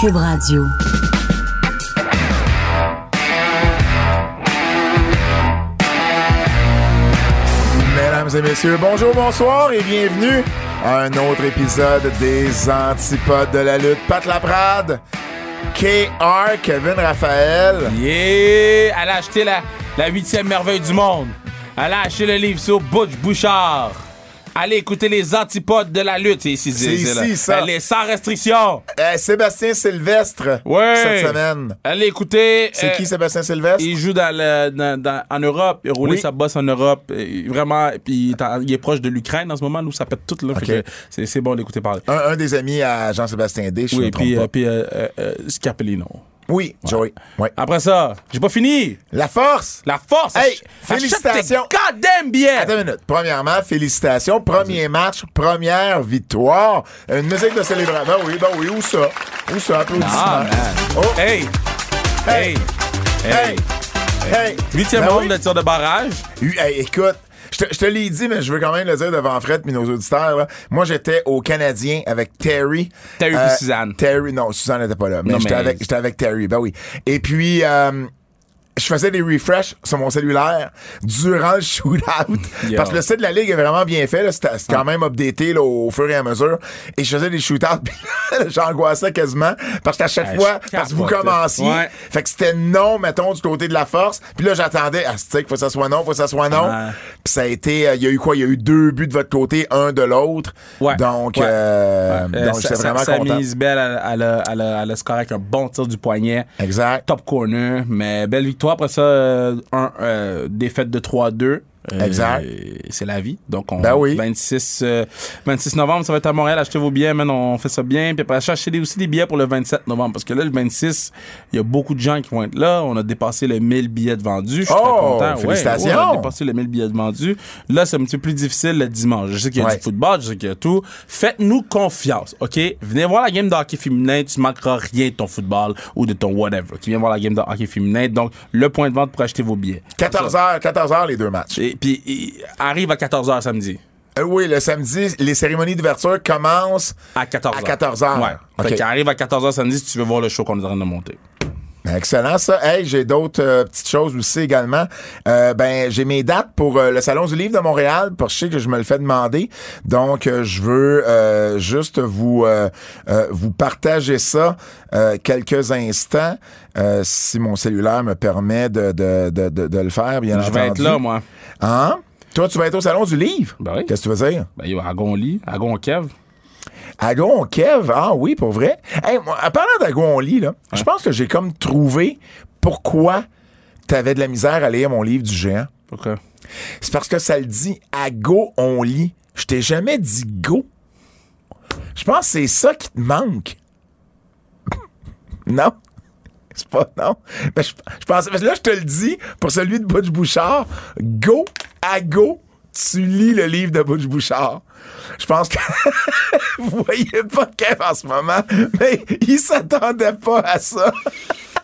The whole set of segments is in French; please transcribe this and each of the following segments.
Cube Radio. Mesdames et messieurs, bonjour, bonsoir et bienvenue à un autre épisode des Antipodes de la lutte. Pat Laprade, KR, Kevin Raphaël. Yeah! Elle a acheté la, la huitième merveille du monde. Elle a acheté le livre sur Butch Bouchard. Allez écouter les antipodes de la lutte. C'est ici, C'est ici, ça. Elle est sans restriction. Euh, Sébastien Sylvestre Ouais. cette semaine. Allez écouter. C'est euh, qui Sébastien Sylvestre? Il joue dans le- dans- dans- en Europe. Il a roulé Oui. sa bosse en Europe. Et Vraiment. et Puis il est en- il est proche de l'Ukraine en ce moment. Nous, ça pète tout. Là, Fait Ok. que c'est c'est bon d'écouter parler. Un, un des amis à Jean-Sébastien D, je oui, me trompe puis, pas. euh, puis euh, euh, euh, Scapellino. oui, Joey. Ouais. Après ça, j'ai pas fini. La force! Ah. La force. Hey, achète- achète tes félicitations. Goddamn bien. Attends une minute. Premièrement, félicitations. Premier match, première victoire. Une musique de célébration. Ben oui, ben oui, où ça? Où ça? Applaudissements. Ah, man. Oh, Hey! Hey! hey, Hey! hey. Huitième Ben round oui. de tir de barrage. Oui, hey, écoute, je te, je te l'ai dit, mais je veux quand même le dire devant Fred et nos auditeurs. là. Moi, j'étais au Canadien avec Terry. Euh, Terry puis Suzanne. Terry, non, Suzanne n'était pas là, mais, Non, j'étais mais- avec, j'étais avec Terry, ben oui. Et puis, euh, je faisais des refreshs sur mon cellulaire durant le shootout. Yo. Ah. Parce que le site de la Ligue est vraiment bien fait. là. C'était c'était quand même updaté là, au fur et à mesure. Et je faisais des shootouts. puis là, J'angoissais quasiment. Parce qu'à chaque Hey, fois, je parce que vous capotais. commenciez, Ouais. fait que c'était non, mettons, du côté de la force. Puis là, j'attendais, ah, c'est-tu que faut que ça soit non, faut que ça soit non. Ouais. Puis ça a été, euh, il y a eu quoi? Il y a eu deux buts de votre côté, un de l'autre. Ouais. Donc, Ouais. euh, Euh, donc Sa- j'étais Sa- vraiment Sami content. Isbell, elle, elle, a- elle, a- elle a scoré avec un bon tir du poignet. Exact. Top corner. Mais belle victoire. Après ça, euh, un, euh, défaite de 3-2. Euh, Exact. C'est la vie. Donc, on, Ben oui. 26, euh, 26 novembre, ça va être à Montréal. Achetez vos billets, man. On fait ça bien. Puis après, achetez des- aussi des billets pour le 27 novembre. Parce que là, le 26, il y a beaucoup de gens qui vont être là. On a dépassé le 1000 billets de vendus. Je suis Oh, très content. Ouais, félicitations. ouais, on a dépassé le 1000 billets de vendus. Là, c'est un petit peu plus difficile le dimanche. Je sais qu'il y a Ouais. du football, je sais qu'il y a tout. Faites-nous confiance, OK? Venez voir la game de hockey féminin. Tu manqueras rien de ton football ou de ton whatever. Qui viens voir la game de hockey féminin. Donc, le point de vente pour acheter vos billets. 14 h 14 heures les deux matchs. Et puis, il arrive à 14h samedi. Euh, oui, le samedi, les cérémonies d'ouverture commencent À 14h. À 14h. Ouais. OK. Fait qu'il arrive à 14h samedi si tu veux voir le show qu'on est en train de monter. Excellent, ça. Hey, j'ai d'autres euh, petites choses aussi également. Euh, ben, j'ai mes dates pour euh, le Salon du Livre de Montréal, parce que je sais que je me le fais demander. Donc, euh, je veux euh, juste vous, euh, euh, vous partager ça euh, quelques instants, euh, si mon cellulaire me permet de, de, de, de, de le faire, bien Je entendu. vais être là, moi. Hein? Toi, tu vas être au Salon du Livre? Ben oui. Qu'est-ce que tu veux dire? Ben, yo, à Gonly, à Gonkev. Agon Kev, ah oui, pour vrai. Hey, moi, en parlant d'Agon Lit, là, je pense que j'ai comme trouvé pourquoi t'avais de la misère à lire mon livre du géant. Pourquoi? C'est parce que ça le dit Ago on lit. Je t'ai jamais dit go. Je pense que c'est ça qui te manque. non? C'est pas non. Ben, je, je pensais- parce que là, je te le dis, pour celui de Butch Bouchard, go à go, tu lis le livre de Butch Bouchard. Je pense que vous voyez pas Kev en ce moment, mais il s'attendait pas à ça.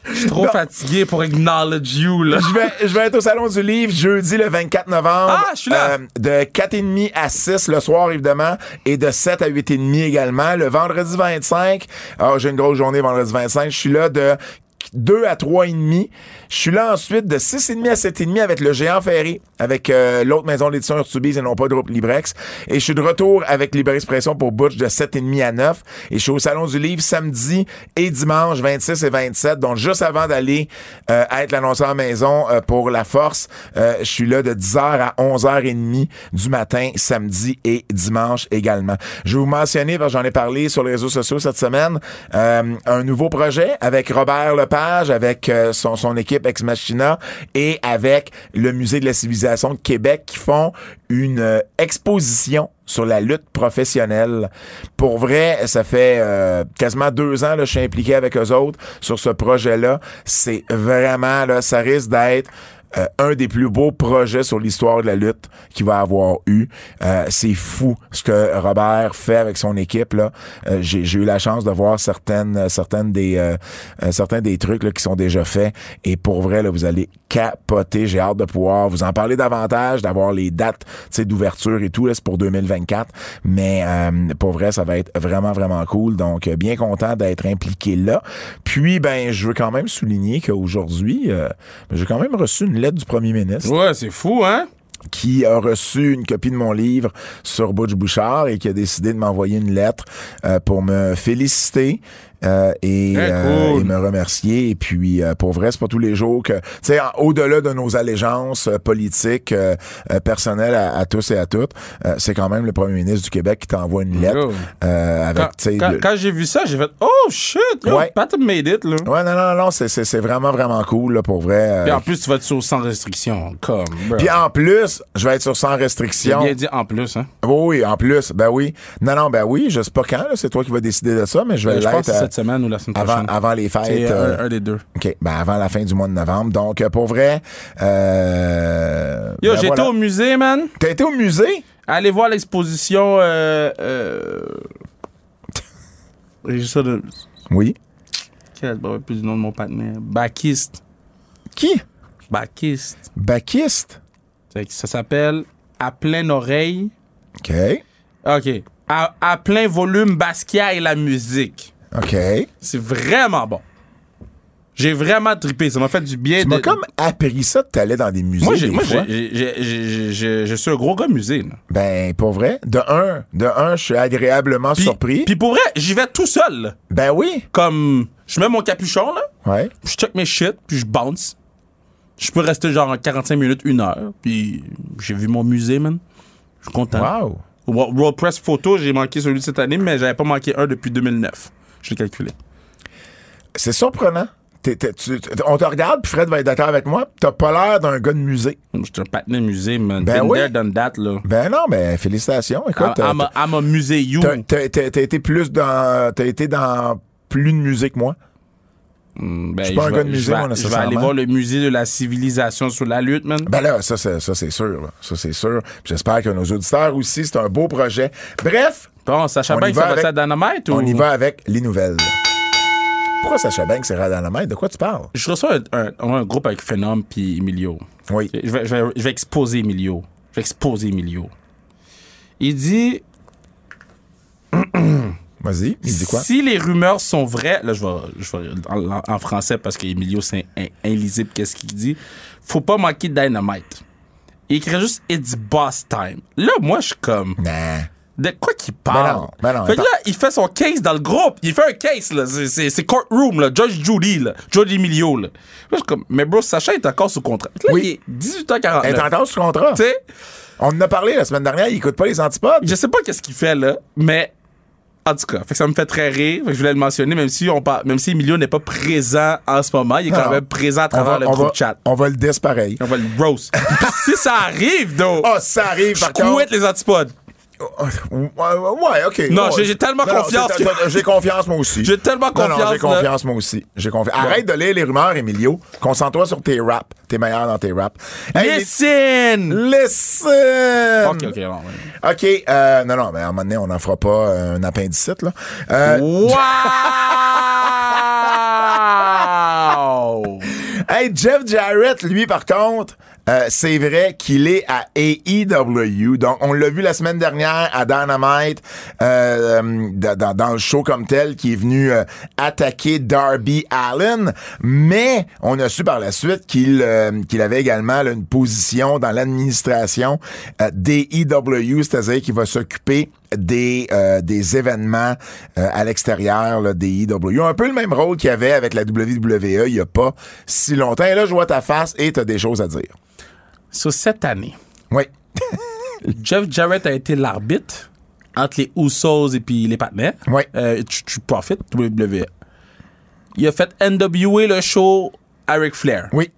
Je suis trop fatigué pour acknowledge you, là. Je vais, je vais être au Salon du Livre jeudi le 24 novembre. euh, Ah, je suis là. de 4h30 à 6 le soir, évidemment, et de 7 à 8h30 également. Le vendredi 25, ah, j'ai une grosse journée vendredi 25, je suis là de 2 à 3h30. Je suis là ensuite de 6h30 à 7h30 avec le Géant Ferré, avec euh, l'autre maison d'édition Urtubise et non pas Groupe Librex. Et je suis de retour avec Libre Expression pour Butch de 7h30 à 9. Et je suis au Salon du Livre samedi et dimanche 26 et 27. Donc, juste avant d'aller euh, être l'annonceur maison euh, pour La Force, euh, je suis là de 10h à 11h30 du matin, samedi et dimanche également. Je vais vous mentionner, parce que j'en ai parlé sur les réseaux sociaux cette semaine, euh, un nouveau projet avec Robert Lepage, avec euh, son, son équipe Ex Machina et avec le Musée de la civilisation de Québec qui font une euh, exposition sur la lutte professionnelle. Pour vrai, ça fait euh, quasiment deux ans là, je suis impliqué avec eux autres sur ce projet-là. C'est vraiment, là, ça risque d'être euh, un des plus beaux projets sur l'histoire de la lutte qu'il va avoir eu. Euh, c'est fou ce que Robert fait avec son équipe. Là. Euh, j'ai, j'ai eu la chance de voir euh, certaines, certaines des, euh, euh, certains des trucs là, qui sont déjà faits. Et pour vrai, là, vous allez capoter. J'ai hâte de pouvoir vous en parler davantage, d'avoir les dates tu sais, d'ouverture et tout. Là, c'est pour 2024. Mais euh, pour vrai, ça va être vraiment, vraiment cool. Donc, euh, bien content d'être impliqué là. Puis, ben, je veux quand même souligner qu'aujourd'hui, euh, j'ai quand même reçu une lettre du premier ministre Ouais, c'est fou, hein? qui a reçu une copie de mon livre sur Butch Bouchard et qui a décidé de m'envoyer une lettre euh, pour me féliciter. euh, et, Très euh, cool. et me remercier et puis euh, pour vrai c'est pas tous les jours que tu sais en- au-delà de nos allégeances euh, politiques euh, euh, personnelles à, à tous et à toutes euh, c'est quand même le premier ministre du Québec qui t'envoie une lettre Yo. euh, Quand, avec tu sais quand- le- quand j'ai vu ça, j'ai fait Oh shit, yo, Ouais. Pat made it, là. ouais non non non c'est c'est c'est vraiment vraiment cool là, pour vrai euh, Puis en plus, tu vas être sur sans restriction. Comme. bro. puis en plus je vais être sur sans J'ai restriction bien dit en plus, hein. Oui, oui, en plus, ben oui. Non, non, ben oui, je sais pas quand, là, c'est toi qui vas décider de ça, mais je vais Euh, je pense l'être que c'est euh, cette semaine ou la semaine avant, prochaine. avant les C'est fêtes. euh, un, un des deux. OK, ben avant la fin du mois de novembre. Donc, euh, pour vrai, euh, Yo, ben j'étais voilà. au musée, man. T'as été au musée? Allez voir l'exposition. Euh, euh... Régisseur de. Oui. Quel bah, ouais, plus du nom de mon partenaire. Backiste. Qui? Backiste. Baquiste. Fait que Ça s'appelle À pleine oreille. OK, OK. À, à plein volume, Basquiat et la musique. OK. C'est vraiment bon. J'ai vraiment trippé. Ça m'a fait du bien. Tu de- m'as comme appris ça que t'allais dans des musées Moi, j'ai- des moi, fois. j'ai- j'ai- j'ai- j'ai- j'ai- je suis un gros gars musée. là. Ben, pour vrai, de un, de un, je suis agréablement Puis- surpris. Puis pour vrai, j'y vais tout seul. là. ben oui, Comme, je mets mon capuchon, là. ouais. je check mes shit, puis je bounce. Je peux rester genre 45 minutes, une heure, puis j'ai vu mon musée, man. Je suis content. Wow. Wo- WordPress photo, j'ai manqué celui de cette année, mais j'avais pas manqué un depuis 2009. Je l'ai calculé. C'est surprenant. T'es- t'es- tu- t- on te regarde, puis Fred va être d'accord avec moi. T'as pas l'air d'un gars de musée. J'étais un patiné musée, man. Ben Been oui. there, done that, là. Ben non, mais félicitations. Écoute, Ah, euh, I'm, I'm a, I'm a musée you. t'as- t'as t'as- t'as été plus dans, t'as été dans plus de musée que moi. Mm, ben, suis pas un vais- gars de musée, vais- moi, Je vais aller nécessairement. voir le musée de la civilisation sur la lutte, man. Ben là, ça c'est ça c'est sûr, là. ça c'est sûr. Puis J'espère que nos auditeurs aussi, c'est un beau projet. Bref, bon, Sacha on y Banks, va ça va être à avec- Dynamite ou... on y va avec les nouvelles. Pourquoi Sacha Banks est dans la main? De quoi tu parles? Je reçois un, un- on a un groupe avec Phenom puis Emilio. Oui. Je vais, je vais- je vais exposer Emilio. Je vais exposer Emilio. Il dit, Vas-y, il dit quoi? si les rumeurs sont vraies, là je vais, je vais en, en français parce qu'Emilio c'est in- illisible qu'est-ce qu'il dit. Faut pas manquer Dynamite. Il écrit juste It's boss time. Là moi je suis comme Nah. de quoi qu'il parle. non, ben non, fait que attends. là il fait son case dans le groupe. Il fait un case là, c'est- c'est c'est courtroom là, Judge Judy là, Judge Emilio là. Là, je suis comme mais bro Sacha est encore sous contrat. Là, Oui. il est 18h49. Elle est encore sous contrat. Tu sais? On en a parlé la semaine dernière, il écoute pas les antipodes. Je sais pas qu'est-ce qu'il fait là, mais en tout cas, fait que ça me fait très rire. Fait que je voulais le mentionner, même si on par- même si Emilio n'est pas présent en ce moment, il est quand Non. même présent à On travers va- le on groupe va- chat. On va le dis pareil. On va le roast. Puis si ça arrive, donc, Ah, ça arrive je par contre. Ah, quitte les antipodes. Ouais, ouais, ok. Non, Ouais. j'ai- j'ai tellement confiance c'est- que- J'ai confiance, moi aussi. J'ai tellement Non, non, confiance, j'ai là. confiance, moi aussi. J'ai confiance. Arrête de lire les rumeurs, Emilio. Concentre-toi sur tes raps. T'es meilleur dans tes raps. Hey, Listen! les- Listen! Ok, ok, bon, ouais. OK, euh, non, non, mais à un moment donné, on n'en fera pas euh, un appendicite, là. Oh, Euh, Wow! Hey, Jeff Jarrett, lui, par contre, euh, c'est vrai qu'il est à AEW. Donc, on l'a vu la semaine dernière à Dynamite, euh, euh, dans- dans, dans le show comme tel, qui est venu euh, attaquer Darby Allen. Mais on a su par la suite qu'il euh, qu'il avait également là, une position dans l'administration euh, d'AEW, c'est-à-dire qu'il va s'occuper des, euh, des événements euh, à l'extérieur là, des IW. Un peu le même rôle qu'il y avait avec la WWE il y a pas si longtemps. Et là, je vois ta face et t'as des choses à dire. Sur cette année, Oui. Jeff Jarrett a été l'arbitre entre les Usos et puis les partenaires. Ouais. Euh, tu, tu profites, WWE. Il a fait NWA le show à Ric Flair. Oui.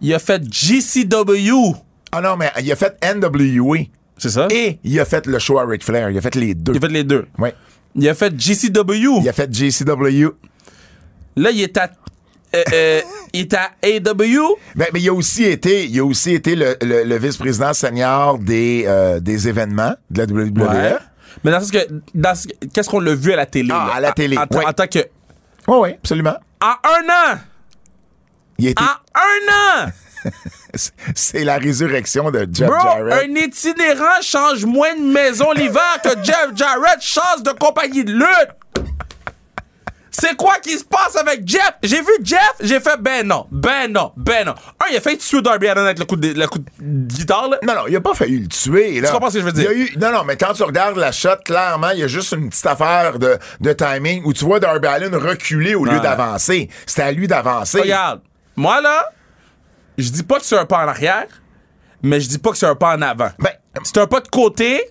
Il a fait GCW. Ah non, mais il a fait NWA C'est ça? et il a fait le show à Ric Flair. Il a fait les deux. Il a fait les deux. Oui. Il a fait GCW. Il a fait JCW. Là, il est à. euh, euh, il est à AW. Ben, mais il a aussi été, il a aussi été le, le- le vice-président senior des, euh, des événements de la E. WWE. Mais dans ce que. dans ce que- Qu'est-ce qu'on l'a vu à la télé? Ah, là? à la télé, En, en- ouais. en tant que. Oui, oui, absolument. En un an! Il était- À un an! C'est la résurrection de Jeff Bro, Jarrett. un itinérant change moins de maison l'hiver que Jeff Jarrett change de compagnie de lutte. C'est quoi qui se passe avec Jeff? J'ai vu Jeff, j'ai fait ben non, ben non, ben non. Un, il a fait tuer Darby Allin avec le coup de, le coup de guitare, là. Non, non, il a pas failli le tuer. Là. Tu comprends ce que je veux dire? Il y a eu- Non, non, mais quand tu regardes la shot, clairement, il y a juste une petite affaire de, de timing où tu vois Darby Allin reculer au lieu Ouais. Oh, d'avancer. C'est à lui d'avancer. Regarde, moi là, je dis pas que c'est un pas en arrière, mais je dis pas que c'est un pas en avant. Ben, C'est un pas de côté,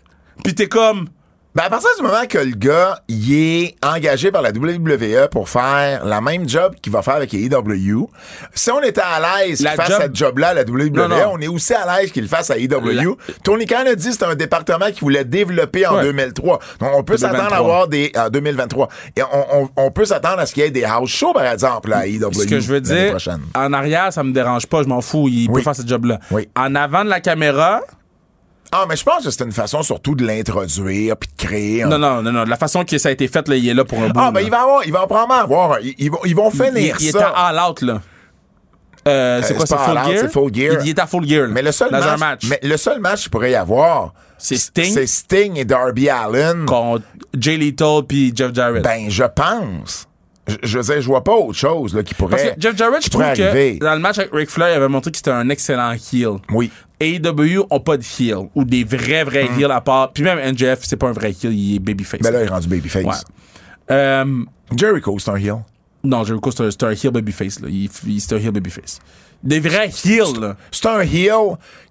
puis t'es comme, Ben, à partir du moment que le gars il est engagé par la WWE pour faire la même job qu'il va faire avec les EW, si on était à l'aise qu'il La fasse job- cette job-là à la WWE, Non, non. on est aussi à l'aise qu'il le fasse à EW. La- Tony Khan a dit que c'est un département qu'il voulait développer en Ouais. 2003. Donc, on peut s'attendre à 2023. avoir des... euh, En 2023. Et on, on- on peut s'attendre à ce qu'il y ait des house shows, par exemple, à EW ce que je veux l'année dire, prochaine. en arrière, ça me dérange pas, je m'en fous, il Oui. peut faire ce job-là. Oui. En avant de la caméra, Ah, mais je pense que c'est une façon surtout de l'introduire puis de créer un Non, non, non, non. De la façon que ça a été fait, là, il est là pour un bout. Ah, ben, là. il va avoir, il va probablement avoir, ils, ils vont, ils vont Il- finir Il, est ça. à All Out, là. Euh, c'est Euh, quoi, c'est c'est pas full, All Out, gear? c'est Full Gear. Il, il est à full gear. là, Mais le seul dans match, un match. Mais le seul match qu'il pourrait y avoir, C'est Sting? C'est Sting et Darby Allen. Contre Jay Lethal puis Jeff Jarrett. Ben, je pense. Je, je veux dire, je vois pas autre chose là, qui pourrait. Parce que Jeff Jarrett, je qui pourrait trouve ben, arriver. que dans le match avec Ric Flair, il avait montré que c'était un excellent heel. Oui. AEW ont pas de heel ou des vrais, vrais heels à part. Puis même NJF, c'est pas un vrai heel, il est babyface. Mais Ben là, il est rendu babyface. Ouais. Euh, Jericho, c'est un heel. non, Jericho, c'est un- c'est un heel babyface. Là. Il, il- c'est un heel babyface. Des vrais heels, là. C'est un heel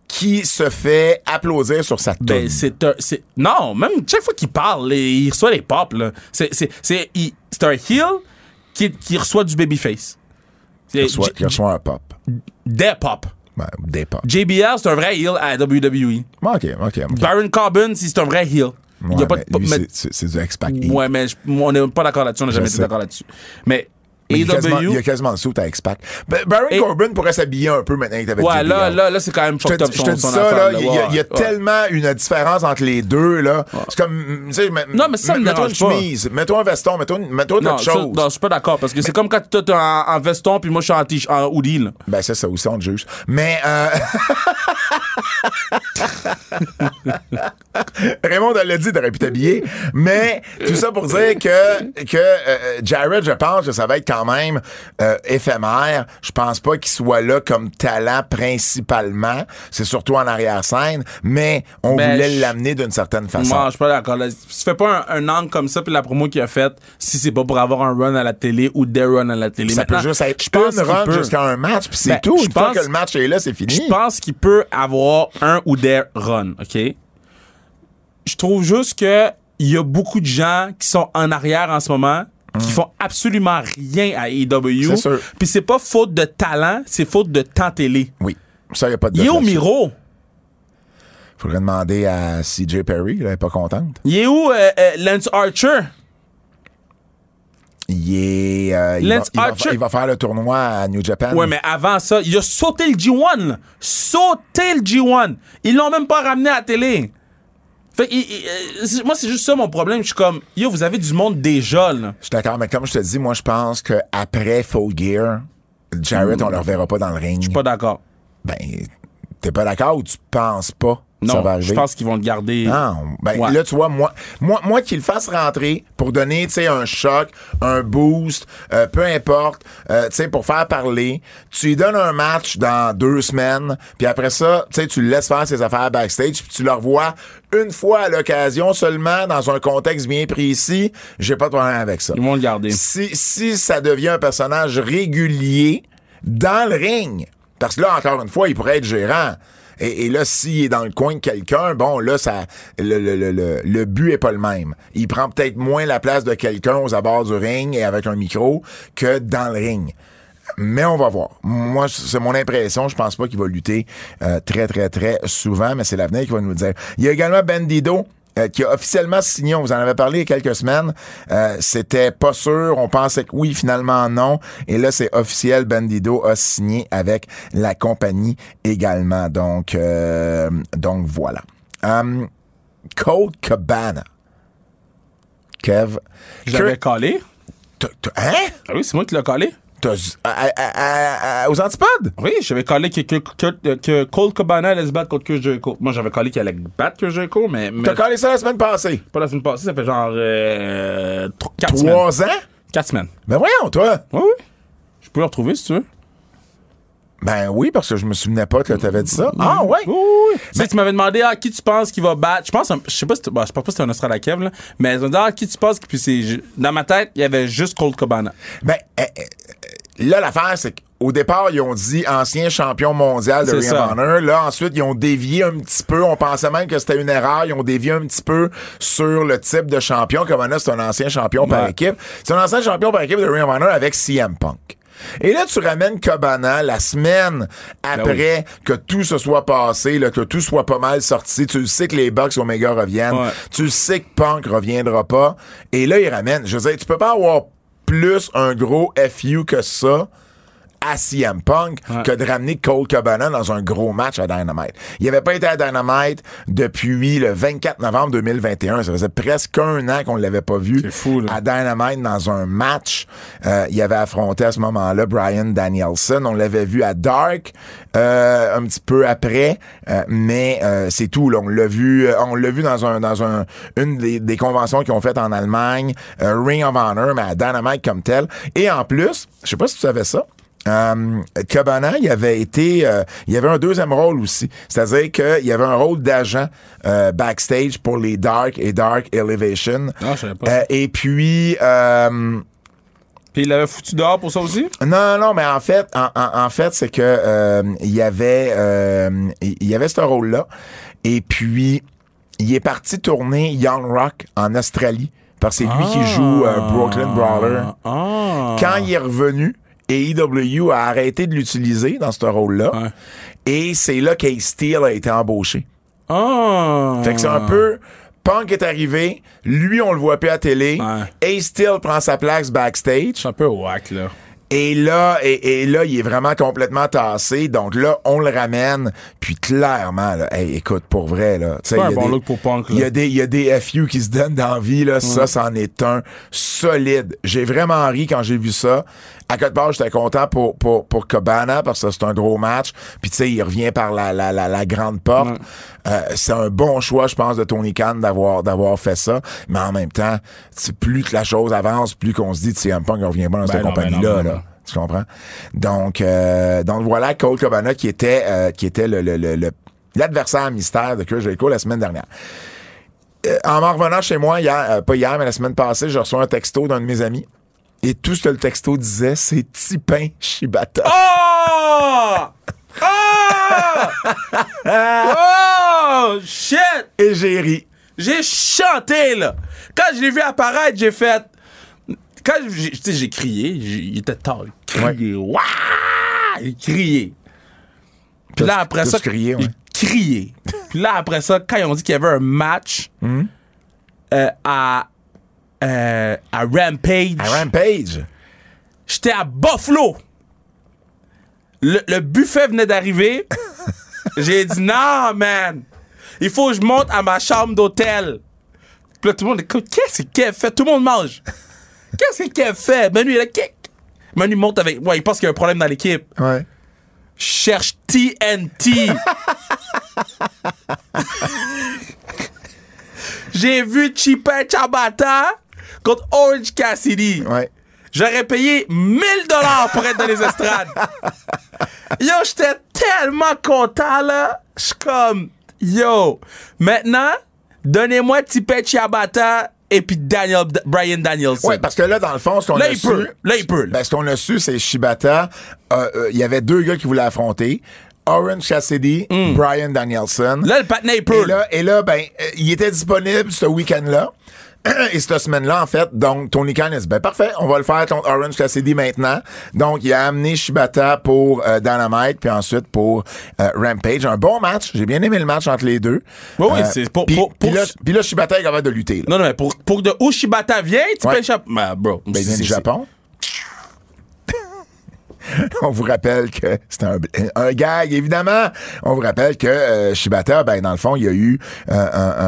qui se fait applaudir sur sa tête. Ben, c'est un. c'est- Non, même chaque fois qu'il parle, les- il reçoit les pops, là. C'est, c'est, c'est, il- c'est un heel qui, qui reçoit du babyface. C'est soit, J- soit un pop. des pop. Ben, des pop. JBL, c'est un vrai heel à WWE. Bon, OK, OK. ok. Baron Corbin, si c'est un vrai heel. Il Ben, y Ouais, a pas de. mais pop- lui, mais- c'est- c'est c'est du X-Pac. Il- ouais, mais je- moi, on n'est pas d'accord là-dessus, on n'a jamais été sais. d'accord là-dessus. Mais. Il y a quasiment- il y a AEW. quasiment le saut à X-Pac. Ben, Baron Et- Corbin pourrait s'habiller un peu maintenant que t'avais Ouais, JBL. là, là, là, c'est quand même Je fucked te, up je te son, dis son ça, affaire, là, là. il y a, il y a Ouais. tellement une différence entre les deux, là. C'est comme, tu sais, mais- Non, mais ça me mets- Mets-toi une dérange pas. chemise, mets-toi un veston, mets-toi une- mets-toi Non, d'autres ça, choses. non, je suis pas d'accord parce que c'est comme quand toi t'es en, en veston puis moi je suis en, t- en hoodie. Là. Ben, c'est ça aussi, on te juge. Mais, euh... Raymond l'a dit, t'aurais pu t'habiller. Mais, tout ça pour dire que, que euh, Jared, je pense que ça va être quand même euh, éphémère. Je pense pas qu'il soit là comme talent principalement. C'est surtout en arrière-scène. Mais, on Ben, voulait je- l'amener d'une certaine façon. Moi, je suis pas d'accord. là. Tu fais pas un, un angle comme ça, puis la promo qu'il a faite, si c'est pas pour avoir un run à la télé ou des runs à la télé. Ça peut Maintenant, juste être je pense une qu'il run peut. jusqu'à un match, puis c'est Ben, tout. je Une fois pense- que le match est là, c'est fini. Je pense qu'il peut avoir un ou des runs, OK? Je trouve juste que il y a beaucoup de gens qui sont en arrière en ce moment qui font absolument rien à AEW. Hmm. C'est sûr. Puis c'est pas faute de talent, c'est faute de temps télé. Oui. Ça, y a pas de Il est où là-dessus. Miro? Faudrait demander à CJ Perry, là, elle est pas contente. Il est où euh, euh, Lance Archer? Il est. euh, il, va, Lance il va- Archer- il va faire le tournoi à New Japan. Ouais, mais avant ça, il a sauté le G1, là. Sauté le G1. Ils l'ont même pas ramené à la télé. Fait que, il- il- euh, c'est- moi, c'est juste ça mon problème. Je suis comme, yo, vous avez du monde déjà, là. Je suis d'accord, mais comme je te dis, moi, je pense qu'après Full Gear, Jarrett, on le reverra pas dans le ring. Hmm. Pas d'accord. Ben, t'es pas d'accord ou tu penses pas que ça Non, va arriver? je pense qu'ils vont le garder. Non, ben Ouais. là tu vois moi moi moi qu'il le fasse rentrer pour donner tu sais un choc, un boost, euh, peu importe, euh, tu sais pour faire parler, tu lui donnes un match dans deux semaines, puis après ça, tu sais tu le laisses faire ses affaires backstage, puis tu le revois une fois à l'occasion seulement dans un contexte bien précis, j'ai pas de problème avec ça. Ils vont le garder. Si si ça devient un personnage régulier dans le ring parce que là encore une fois, il pourrait être gérant. Et, et là, s'il est dans le coin de quelqu'un, bon, là, ça, le, le, le, le, le but est pas le même. Il prend peut-être moins la place de quelqu'un aux abords du ring et avec un micro que dans le ring. Mais on va voir. Moi, c'est mon impression. Je pense pas qu'il va lutter euh, très, très, très souvent, mais c'est l'avenir qui va nous le dire. Il y a également Bandido. euh, qui a officiellement signé, on vous en avait parlé il y a quelques semaines. Euh, C'était pas sûr, on pensait que oui, finalement non. Et là, c'est officiel, Bandido a signé avec la compagnie également. Donc, euh, donc voilà. Hum, Code Cabana. Kev. Je l'avais Kurt- collé. t- t- Hein? Ah oui, c'est moi qui l'ai collé. États-Unis. à- à- à- à- aux antipodes. Oui, j'avais collé que, que, que, que Cole Cabana allait se battre contre Kurt Jericho. Moi, j'avais collé qu'il allait battre Kurt Jericho, mais, mais T'as collé ça la semaine passée. pas la semaine passée, ça fait genre 4 semaines. Trois ans? 4 semaines. Ben voyons, toi. Ah Oui, oui. Je peux le retrouver si tu veux. Ben oui, parce que je me souvenais pas que t'avais dit Mm-hmm. ça. Ah ouais? Oui, oui, oui. Tu sais, tu m'avais demandé ah, qui tu penses qui va battre. Je pense, un- je sais pas si, c'était- bon, je sais pas si c'était un Australakiev, là, mais ils ont dit ah, qui tu penses. qui- Puis c'est, ju- dans ma tête, il y avait juste Cold Cabana. Ben, euh, euh, là, l'affaire, c'est qu'au départ, ils ont dit ancien champion mondial de C'est Ring ça. of Honor. Là, ensuite, ils ont dévié un petit peu. On pensait même que c'était une erreur. Ils ont dévié un petit peu sur le type de champion. Comme là, c'est un ancien champion par Ouais. équipe. C'est un ancien champion par équipe de Ring of Honor avec CM Punk. Et là, tu ramènes Cabana la semaine Ben après que tout se soit passé, là, que tout soit pas mal sorti. Tu le sais que les Bucks Omega reviennent. Ouais. Tu le sais que Punk reviendra pas. Et là, il ramène. Je veux dire, tu peux pas avoir plus un gros FU que ça à CM Punk Ouais. que de ramener Cole Cabana dans un gros match à Dynamite. Il avait pas été à Dynamite depuis le 24 novembre 2021. Ça faisait presque un an qu'on l'avait pas vu C'est fou, là. à Dynamite dans un match. Euh, il avait affronté à ce moment-là Brian Danielson. On l'avait vu à Dark euh, un petit peu après, euh, mais euh, c'est tout. Là. On l'a vu, euh, on l'a vu dans un dans un une des, des conventions qu'ils ont faites en Allemagne, euh, Ring of Honor, mais à Dynamite comme tel. Et en plus, je sais pas si tu savais ça. Euh, Cabana, il avait été, euh, il y avait un deuxième rôle aussi. C'est-à-dire qu'il y avait un rôle d'agent euh, backstage pour les Dark et Dark Elevation. Non, Ah, je savais pas. Euh, et puis, euh, non, Puis il l'avait foutu dehors pour ça aussi. non, mais en fait, en, en- en fait, c'est que euh, il y avait, euh, il y avait ce rôle-là. Et puis, il est parti tourner Young Rock en Australie parce que c'est lui qui joue euh, Brooklyn Brawler. Ah. Quand il est revenu, AEW a arrêté de l'utiliser dans ce rôle-là. Ouais. Et c'est là qu'Ace Steel a été embauché. Ah. Fait que c'est un peu. Punk est arrivé, lui on le voit plus à télé. Ouais. Ace Steel prend sa place backstage. C'est un peu whack, là. Et là, et, et là, il est vraiment complètement tassé. Donc là, on le ramène. Puis clairement, là, hey, écoute, pour vrai, là, tu sais, pas un il y a bon des- look pour Punk, là. Il y a des, il y a des FU qui se donnent dans la vie, là. Ça, c'en est un solide. J'ai vraiment ri quand j'ai vu ça. À quelque part, j'étais content pour, pour, pour Cabana parce que c'est un gros match. Puis tu sais, il revient par la, la, la, la grande porte. Euh, c'est un bon choix, je pense, de Tony Khan d'avoir, d'avoir fait ça. Mais en même temps, c'est plus que la chose avance, plus qu'on se dit, tu sais, un Punk, on revient pas dans cette non, ben compagnie-là, non, ben là. non. Tu comprends? Donc, euh, donc voilà Cole Cabana qui était, euh, qui était le, le, le- le- l'adversaire mystère de Kurt Jericho la semaine dernière. Euh, en m'en revenant chez moi, hier, euh, pas hier, mais la semaine passée, je reçois un texto d'un de mes amis. Et tout ce que le texto disait, c'est Tipin Shibata. Ah! Ah! oh! Shit! Et j'ai ri. J'ai chanté, là. Quand je l'ai vu apparaître, j'ai fait. Quand j'ai- tu sais, j'ai crié, j'ai- il était tard. Il criait. Ouah! Il criait. Puis là, T'as- après t'as ça, crié, ouais. il criait. Puis là, après ça, quand ils ont dit qu'il y avait un match Hmm? euh, à, euh, à Rampage, À Rampage. j'étais à Buffalo. Le, le buffet venait d'arriver. J'ai dit, non, man, il faut que je monte à ma chambre d'hôtel. Puis là, tout le monde est comme, qu'est-ce qu'elle fait? Tout le monde mange. Qu'est-ce qu'elle fait? Manu, il est là, Qu'est- Manu monte avec. Ouais, il pense qu'il y a un problème dans l'équipe Ouais. cherche TNT. J'ai vu Chipa Chabata contre Orange Cassidy. Ouais. J'aurais payé 1000 dollars pour être dans les estrades. Yo, j'étais tellement content là. Je suis comme yo. Maintenant, donnez-moi Tipe Chiabata et puis Daniel Brian Danielson. Ouais, parce que là, dans le fond, ce qu'on là, a il su- peut. Là, il peut. là. Ben, ce qu'on a su, c'est Shibata. euh, euh, Il y avait deux gars qui voulaient affronter. Orange Cassidy, Brian Danielson. Hmm. Là, le patin, il peut. Et là, et là, ben, euh, il était disponible ce week-end-là. Et cette semaine-là, en fait, donc Tony Khan a dit ben parfait, on va le faire contre Orange Cassidy maintenant. Donc il a amené Shibata pour euh, Dynamite, puis ensuite pour euh, Rampage. Un bon match, j'ai bien aimé le match entre les deux. Euh, Oui, oui, c'est pour- puis- pour- puis pour- là, puis là, Shibata est capable de lutter. Là. Non, non, mais pour, pour de où Shibata vient, tu Ouais. peux échapper. Bah, bro. Ben, il vient c'est- du c'est- Japon. on vous rappelle que c'est un, un gag, évidemment. On vous rappelle que euh, Shibata, ben, dans le fond, il y a eu euh,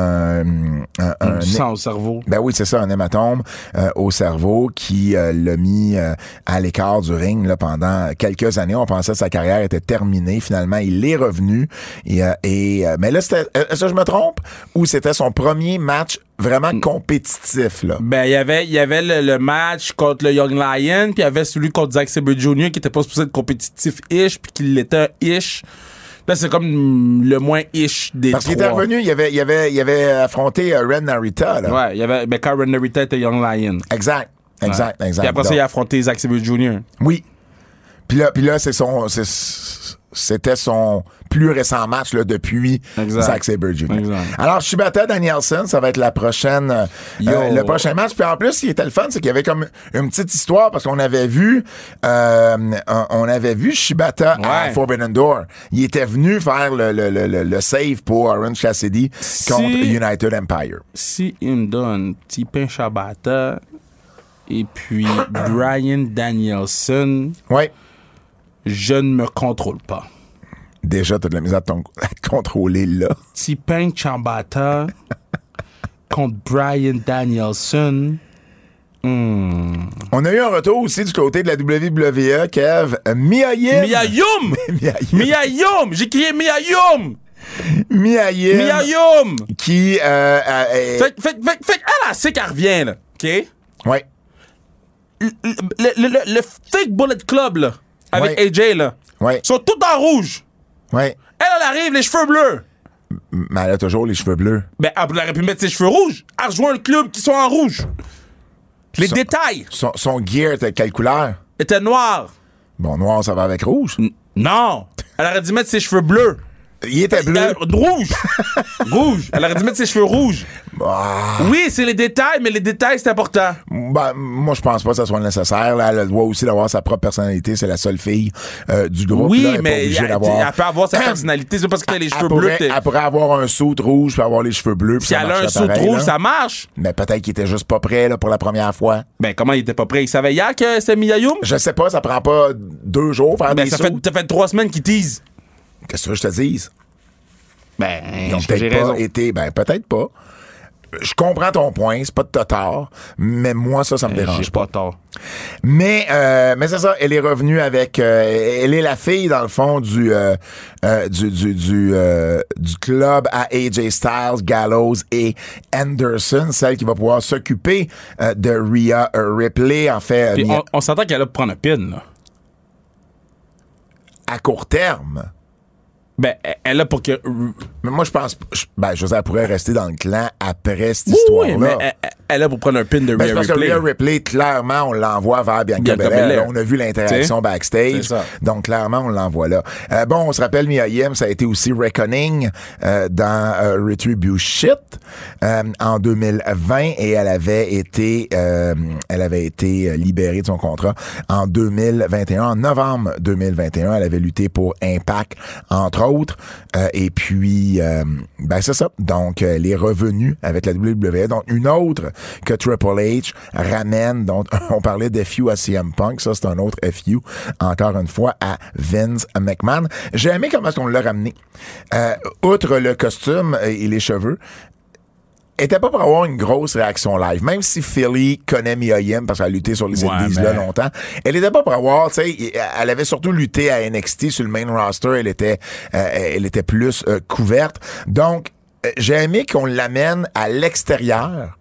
un, un- un- un- Du sang au cerveau. ben oui, c'est ça, un hématome euh, au cerveau qui euh, l'a mis euh, à l'écart du ring là, pendant quelques années. On pensait que sa carrière était terminée. Finalement, il est revenu. Et, euh, et, euh, mais là, c'était, euh, est-ce que je me trompe? Ou c'était son premier match Hmm. vraiment compétitif? Là? Ben, il y avait, il y avait le, le match contre le Young Lion, puis il y avait celui contre Zack Sabre Jr. qui était pas supposé être compétitif-ish, puis qui l'était ish. Là, c'est comme mm, le moins ish des Parce qu'il était trois. revenu, il avait, il avait, il avait affronté euh, Ren Narita. Là. Ouais, il y avait, ben, quand Ren Narita était Young Lion. Exact. Exact, exact. Puis après ça, Donc, il a affronté Zack Sabre Jr. Oui. Puis là, puis là c'est son, c'est- c'était son plus récent match là, depuis Exact. Zack Sabre Jr. Exact. Alors, Shibata Danielson, ça va être la prochaine, euh, Yo. euh, le prochain match. Puis en plus, ce qui était le fun, c'est qu'il y avait comme une petite histoire parce qu'on avait vu, euh, on- on avait vu Shibata à Ouais. Forbidden Door. Il était venu faire le, le, le, le- le save pour Orange Cassidy Si- contre United Empire. Si il me donne Tipin Shabata et puis Brian Danielson, Ouais. je ne me contrôle pas. Déjà, t'as de la misère à, ton- à te contrôler là. Tipin Chambata contre Brian Danielson. On a eu un retour aussi du côté de la WWE, Kev. Euh, Mia Yim. Mia Yum! Mia Yim. Mia Yum! J'ai crié Mia Yum! Mia Yim, Mia Yum! Qui, euh, euh, euh, Fait, fait, fait, fait elle, elle sait qu'elle revient, là. OK? ouais. Le, le, le, le- le fake Bullet Club, là, avec Ouais. AJ, là, Ouais. sont tout en rouge. Ouais. Elle, elle arrive, les cheveux bleus. Mais elle a toujours les cheveux bleus. Ben, elle aurait pu mettre ses cheveux rouges. Elle rejoint le club qui sont en rouge. Les Ça- détails Son, son gear était quelle couleur? étaient noirs. Bon, noir, ça va avec rouge. N- Non! Elle aurait dû mettre ses cheveux bleus. Il était bleu. Euh, rouge! rouge! Elle aurait dû mettre ses cheveux rouges. Ah. Oui, c'est les détails, mais les détails, c'est important. Ben, moi, je pense pas que ça soit nécessaire. Là, elle a le droit aussi d'avoir sa propre personnalité. C'est la seule fille euh, du groupe. Oui, là. Elle est pas mais obligée elle, d'avoir- Hein? elle peut avoir sa personnalité. C'est pas parce que t'as les Elle cheveux bleus. pourrait, t'es- elle pourrait avoir un saut rouge, puis avoir les cheveux bleus. Puis Si ça elle a un marcherait saut pareil, rouge, là. ça marche. Mais peut-être qu'il était juste pas prêt là, pour la première fois. Ben, comment il était pas prêt? Il savait hier que c'était Miyayoum? Je sais pas, ça prend pas deux jours faire Ben, des ça sauts. fait, ça fait trois semaines qu'il tease. Qu'est-ce que tu veux que je te dise? Ben, Ils ont j'ai peut-être pas raison. été. Ben, peut-être pas. Je comprends ton point, c'est pas de ta tort, mais moi, ça, ça me dérange Euh, J'ai pas tort. Mais, euh, mais c'est ça, elle est revenue avec. euh, elle est la fille, dans le fond, du, euh, euh, du, du, du, euh, du club à AJ Styles, Gallows et Anderson, celle qui va pouvoir s'occuper euh, de Rhea euh, Ripley, en fait, euh, Puis Mia- on, on s'entend qu'elle a prendre un pin, là. à court terme. Ben, elle- elle a pour que. Mais moi, je pense. je- ben, je veux dire, elle pourrait rester dans le clan après cette Oui, histoire-là. mais euh, elle- elle, elle a pour prendre un pin de Ben, c'est Rhea parce que Ripley. Rhea Ripley, clairement, on l'envoie vers Bianca, Bianca Belair. Belair. Là, On a vu l'interaction T'sais? backstage. C'est ça. Donc, clairement, on l'envoie là. Euh, bon, on se rappelle, Mia Yim, ça a été aussi Reckoning euh, dans euh, Retribution euh, en 2020 et elle avait été euh, elle avait été euh, libérée de son contrat en 2021, en novembre 2021. Elle avait lutté pour Impact, entre autres. Euh, et puis, euh, ben c'est ça. Donc, euh, elle est revenue avec la WWE. Donc, une autre que Triple H ramène. Donc, on parlait de FU à CM Punk. Ça, c'est un autre FU, encore une fois, à Vince McMahon. J'ai aimé comment est-ce qu'on l'a ramené. Euh, outre le costume euh, et les cheveux, elle était pas pour avoir une grosse réaction live. Même si Philly connaît Mia Yim parce qu'elle a lutté sur les Ouais, indies là mais- longtemps, elle était pas pour avoir, tu sais, elle avait surtout lutté à NXT sur le main roster, elle était, euh, elle était plus euh, couverte. Donc, euh, j'ai aimé qu'on l'amène à l'extérieur.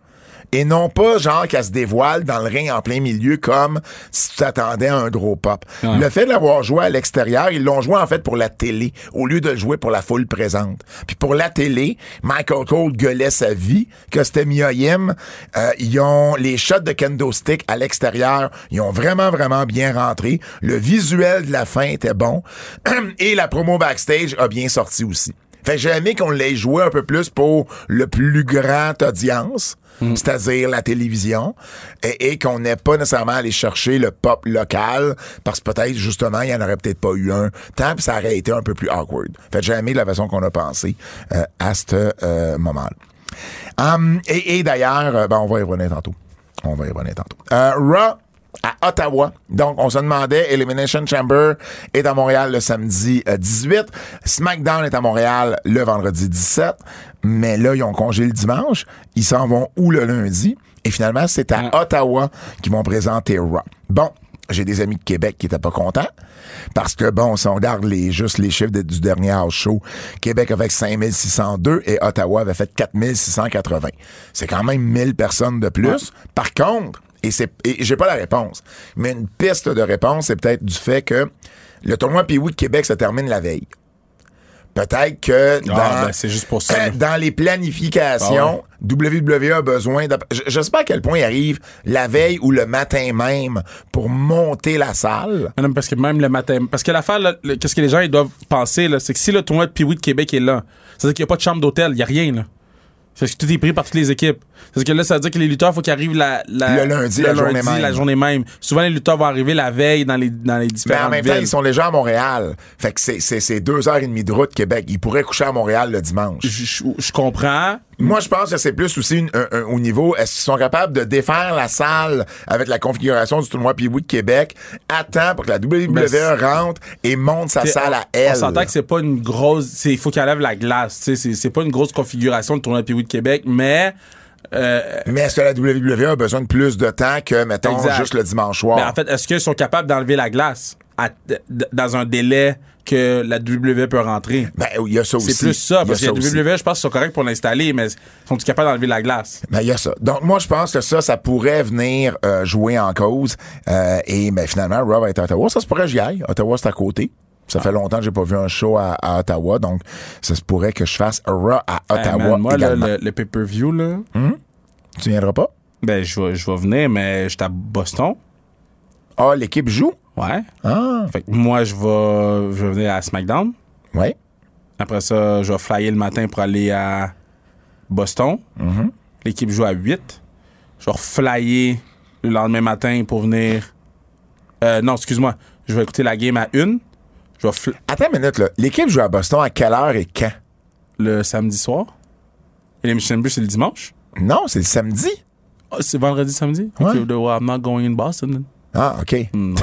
Et non pas genre qu'elle se dévoile dans le ring en plein milieu comme si tu t'attendais à un gros pop. Ouais. Le fait de l'avoir joué à l'extérieur, ils l'ont joué en fait pour la télé au lieu de le jouer pour la foule présente. Puis pour la télé, Michael Cole gueulait sa vie que c'était Mia Yim. Euh, ils ont les shots de kendo stick à l'extérieur, ils ont vraiment vraiment bien rentré. Le visuel de la fin était bon et la promo backstage a bien sorti aussi. Fait que j'ai aimé qu'on l'ait joué un peu plus pour le plus grand audience, c'est-à-dire la télévision, et, et qu'on n'ait pas nécessairement allé chercher le pop local, parce que peut-être, justement, il n'y en aurait peut-être pas eu un tant, puis ça aurait été un peu plus awkward. Fait que j'ai aimé la façon qu'on a pensé euh, à ce euh, moment-là. Hum, et et d'ailleurs, euh, ben, on va y revenir tantôt. On va y revenir tantôt. Euh, Raw, à Ottawa. Donc, on se demandait, Elimination Chamber est à Montréal le samedi euh, 18. SmackDown est à Montréal le vendredi 17. Mais là, ils ont congé le dimanche. Ils s'en vont où le lundi? Et finalement, c'est à Ottawa qu'ils vont présenter Raw. Bon. J'ai des amis de Québec qui étaient pas contents. Parce que, bon, si on regarde les, juste les chiffres de- du dernier house show, Québec avait 5602 et Ottawa avait fait 4680. C'est quand même 1000 personnes de plus. Par contre, et c'est, et j'ai pas la réponse, mais une piste de réponse, c'est peut-être du fait que le tournoi Pee-Wee de Québec se termine la veille. Peut-être que dans, Ah, ben, c'est juste pour ça, là. dans les Ah planifications, WWE a besoin. d'app- Je, je sais pas à quel point il arrive la veille ou le matin même pour monter la salle. Madame, parce que même le matin. Parce que l'affaire, là, le- qu'est-ce que les gens ils doivent penser, là, c'est que si le tournoi de Pee-Wee de Québec est là, c'est-à-dire qu'il n'y a pas de chambre d'hôtel, il n'y a rien, là. C'est que tout est pris par toutes les équipes. C'est que là, ça veut dire que les lutteurs, faut qu'ils arrivent la, la- Le lundi, la journée même. la journée même. Souvent, les lutteurs vont arriver la veille dans les, dans les Mais différentes en même temps, villes. ils sont déjà à Montréal. Fait que c'est, c'est, c'est deux heures et demie de route Québec. Ils pourraient coucher à Montréal le dimanche. Je- je je comprends, Moi, je pense que c'est plus aussi une- un- un- au niveau, est-ce qu'ils sont capables de défaire la salle avec la configuration du tournoi Pee-Wee de Québec à temps pour que la Ben, c'est- WWE rentre et monte sa T'sais, salle on- à elle? On s'entend que c'est pas une grosse. c'est- Il faut qu'elle lève la glace. t'sais, C'est c'est pas une grosse configuration de tournoi de Pee-Wee de Québec, mais. euh, Mais est-ce que la WWE a besoin de plus de temps que, mettons, Exact. juste le dimanche soir? mais en fait, est-ce qu'ils sont capables d'enlever la glace à- d- dans un délai que la WWE peut rentrer? Ben, il y a ça aussi. C'est plus Il y ça, a parce que la aussi. WWE, je pense qu'ils sont corrects pour l'installer, mais sont-ils capables d'enlever la glace? Ben, il y a ça. Donc, moi, je pense que ça, ça pourrait venir euh, jouer en cause. Euh, et ben, finalement, Rob va être à Ottawa. Ça se pourrait que j'y aille. Ottawa, c'est à côté. Ah. Ça fait longtemps que j'ai pas vu un show à, à Ottawa, donc ça se pourrait que je fasse un Raw à Hey, Ottawa man, Ben, moi, là, également. le, le pay-per-view, là, Tu viendras pas? ben, je vais je vais venir, mais je suis à Boston. Ah, l'équipe joue? Ouais. Ah, Fait que moi, je vais je vais venir à SmackDown. ouais. Après ça, je vais flyer le matin pour aller à Boston. L'équipe joue à 8. Je vais reflyer le lendemain matin pour venir. Euh, non, excuse-moi. Je vais écouter la game à 1. Je vais fl- Attends une minute, là. L'équipe joue à Boston à quelle heure et quand? le samedi soir. Et les Michelin Bus, c'est le dimanche. Non, c'est le samedi. Ah, c'est vendredi, samedi. Ouais. Okay, well, I'm not going in Boston. Ah, OK. Hmm, non,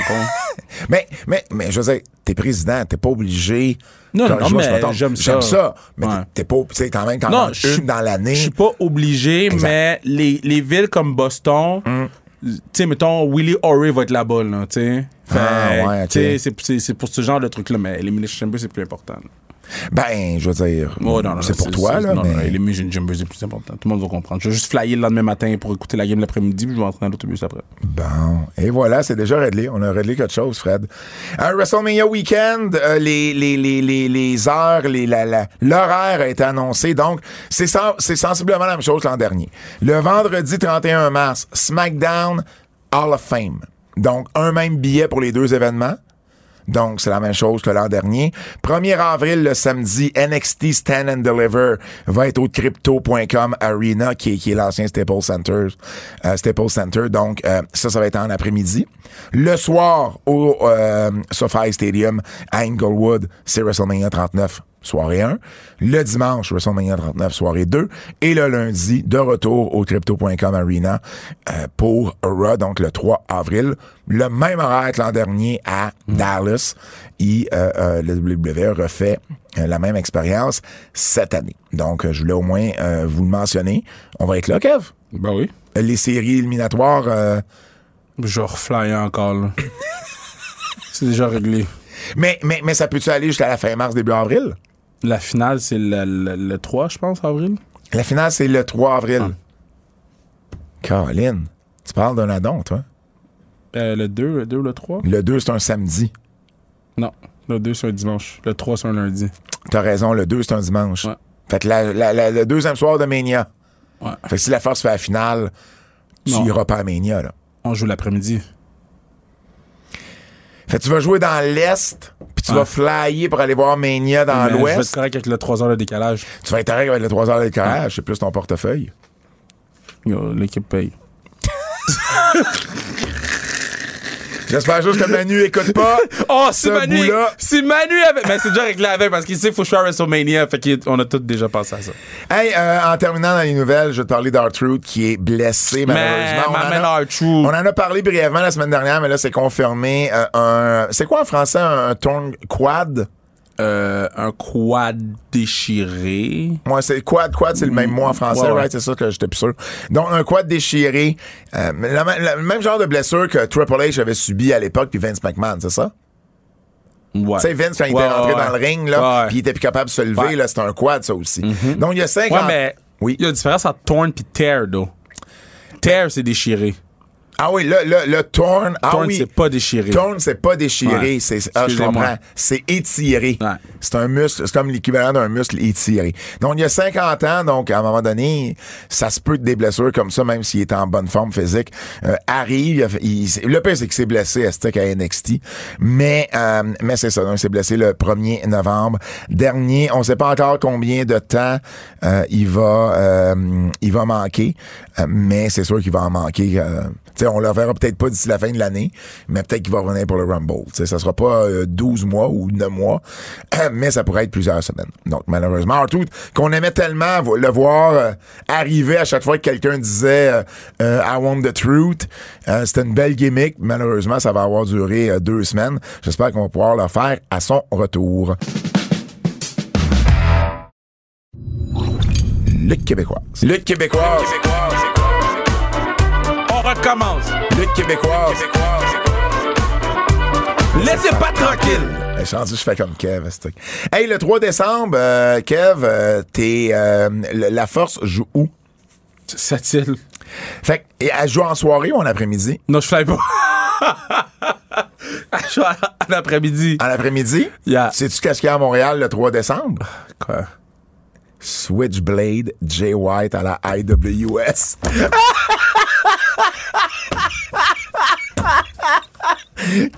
Mais, mais, mais, je veux dire, t'es président, t'es pas obligé. Non, non, Corrige-moi non, si je mais me trompe. j'aime ça. J'aime ça. Mais Ouais. t'es- t'es pas, tu sais, quand même, quand Non, même, je suis- une dans l'année. Je suis pas obligé, Exact. Mm. mais les, les villes comme Boston, tu sais, mettons, Willie O'Ree va être là-bas, là, tu sais. Fait, Ah, ouais, ok. tu sais, c'est- c'est- C'est pour ce genre de truc-là, mais Elimination Chamber, c'est plus important. Ben, je veux dire, Oh, non, non, c'est non, pour toi, là. Non, mais- non, Elimination Chamber, c'est plus important. Tout le monde va comprendre. Je vais juste flyer le lendemain matin pour écouter la game l'après-midi, puis je vais entrer dans l'autobus après. Bon, et voilà, c'est déjà réglé. On a réglé quelque chose, Fred. Un WrestleMania Weekend, euh, les, les, les, les, les heures, les, la, la- l'horaire a été annoncé. Donc, c'est, sen- c'est sensiblement la même chose que l'an dernier. Le vendredi 31 mars, SmackDown Hall of Fame. Donc, un même billet pour les deux événements. Donc, c'est la même chose que l'an dernier. 1er avril, le samedi, NXT Stand and Deliver va être au crypto.com Arena, qui est, qui est l'ancien Staples Center. euh, Staples Center. Donc, euh, ça, ça va être en après-midi. Le soir, au euh, SoFi Stadium à Inglewood, c'est WrestleMania 39, soirée 1. Le dimanche, WrestleMania 39, soirée 2. Et le lundi, de retour au crypto.com Arena euh, pour Raw, donc le 3 avril. Le même horaire que l'an dernier à Dallas. Et euh, euh, le WWE refait euh, la même expérience cette année. Donc, euh, je voulais au moins euh, vous le mentionner. On va être là, Kev. Ben oui. Les séries éliminatoires... euh, Je vais reflyer encore, là. c'est déjà réglé. mais, mais, mais ça peut-tu aller jusqu'à la fin mars, début avril? La finale, c'est le, le- le 3, je pense, avril. La finale, c'est le 3 avril. Ah. Caroline, tu parles d'un adon, toi. Euh, le 2, le 2 ou le 3? Le 2, c'est un samedi. Non. Le 2, c'est un dimanche. Le 3, c'est un lundi. T'as raison, le 2, c'est un dimanche. Ouais. Fait que la- la- la- le deuxième soir de Mania. Ouais. Fait que si la force fait la finale, tu Non. iras pas à Mania, là. On joue l'après-midi. Fait que tu vas jouer dans l'Est, puis tu Ouais. vas flyer pour aller voir Mania dans Mais Je vais être l'Ouest. correct avec le 3 heures de décalage. Tu vas être correct avec le 3 heures d'éclairage, c'est plus ton portefeuille. Yo, L'équipe paye. J'espère juste que Manu écoute pas. Oh, si Ce Manu, bout-là. si Manu avait, mais c'est déjà réglé avec parce qu'il sait faut que je sois à WrestleMania, fait qu'il- on a tous déjà pensé à ça. Hey, euh, en terminant dans les nouvelles, je vais te parler d'Artrude qui est blessé Mais malheureusement. ma en mère a- R-Truth. On en a parlé brièvement la semaine dernière, mais là, c'est confirmé. euh, un, c'est quoi en français un, un torn quad? Euh, un quad déchiré. Moi, c'est quad, quad, c'est le même mot en français, Ouais, ouais. right? C'est ça que j'étais plus sûr. Donc, un quad déchiré, euh, la ma- la- le même genre de blessure que Triple H avait subi à l'époque, puis Vince McMahon, c'est ça? Ouais. Tu sais, Vince, quand il Ouais, était rentré ouais, dans le ouais. ring, là, Ouais. puis il était plus capable de se lever, Ouais. Mm-hmm. là, c'était un quad, ça aussi. Donc, il y a cinq Ouais, ans- mais Oui. il y a une différence entre torn puis tear, though. Tear, c'est déchiré. Ah oui, le, le, le torn, ah torn, oui. c'est pas déchiré. Torn, c'est pas déchiré, Ouais. c'est ah, je Excusez-moi. comprends, c'est étiré. Ouais. C'est un muscle, c'est comme l'équivalent d'un muscle étiré. Donc il y a 50 ans, donc à un moment donné, ça se peut que des blessures comme ça, même s'il est en bonne forme physique, euh, arrive. Il a fait- il- le pire c'est qu'il s'est blessé à stick à NXT, mais euh, mais c'est ça, donc il s'est blessé le 1er novembre dernier. On sait pas encore combien de temps euh, il va euh, il va manquer, euh, mais c'est sûr qu'il va en manquer. euh, tu sais, on le verra peut-être pas d'ici la fin de l'année, mais peut-être qu'il va revenir pour le Rumble. Tu sais, ça sera pas euh, 12 mois ou 9 mois, mais ça pourrait être plusieurs semaines. Donc, malheureusement, en tout, qu'on aimait tellement vo- le voir euh, arriver à chaque fois que quelqu'un disait euh, euh, I want the truth Euh, C'était une belle gimmick. Malheureusement, ça va avoir duré euh, deux semaines. J'espère qu'on va pouvoir le faire à son retour. Le Québécois. Le Québécois. On recommence. Le Québécois. Laissez pas tranquille. Je suis rendu, je fais comme Kev. c'est ok. Hey, le 3 décembre, euh, Kev, euh, t'es, euh, le- la force joue où? Cette île. Fait que, et elle joue en soirée ou en après-midi? Non, je fly pas. Je suis à- à l'après-midi. En après-midi? Yeah. Ah, Sais-tu qu'est-ce qu'il y a à Montréal le 3 décembre? Quoi? Switchblade Jay White à la IWS.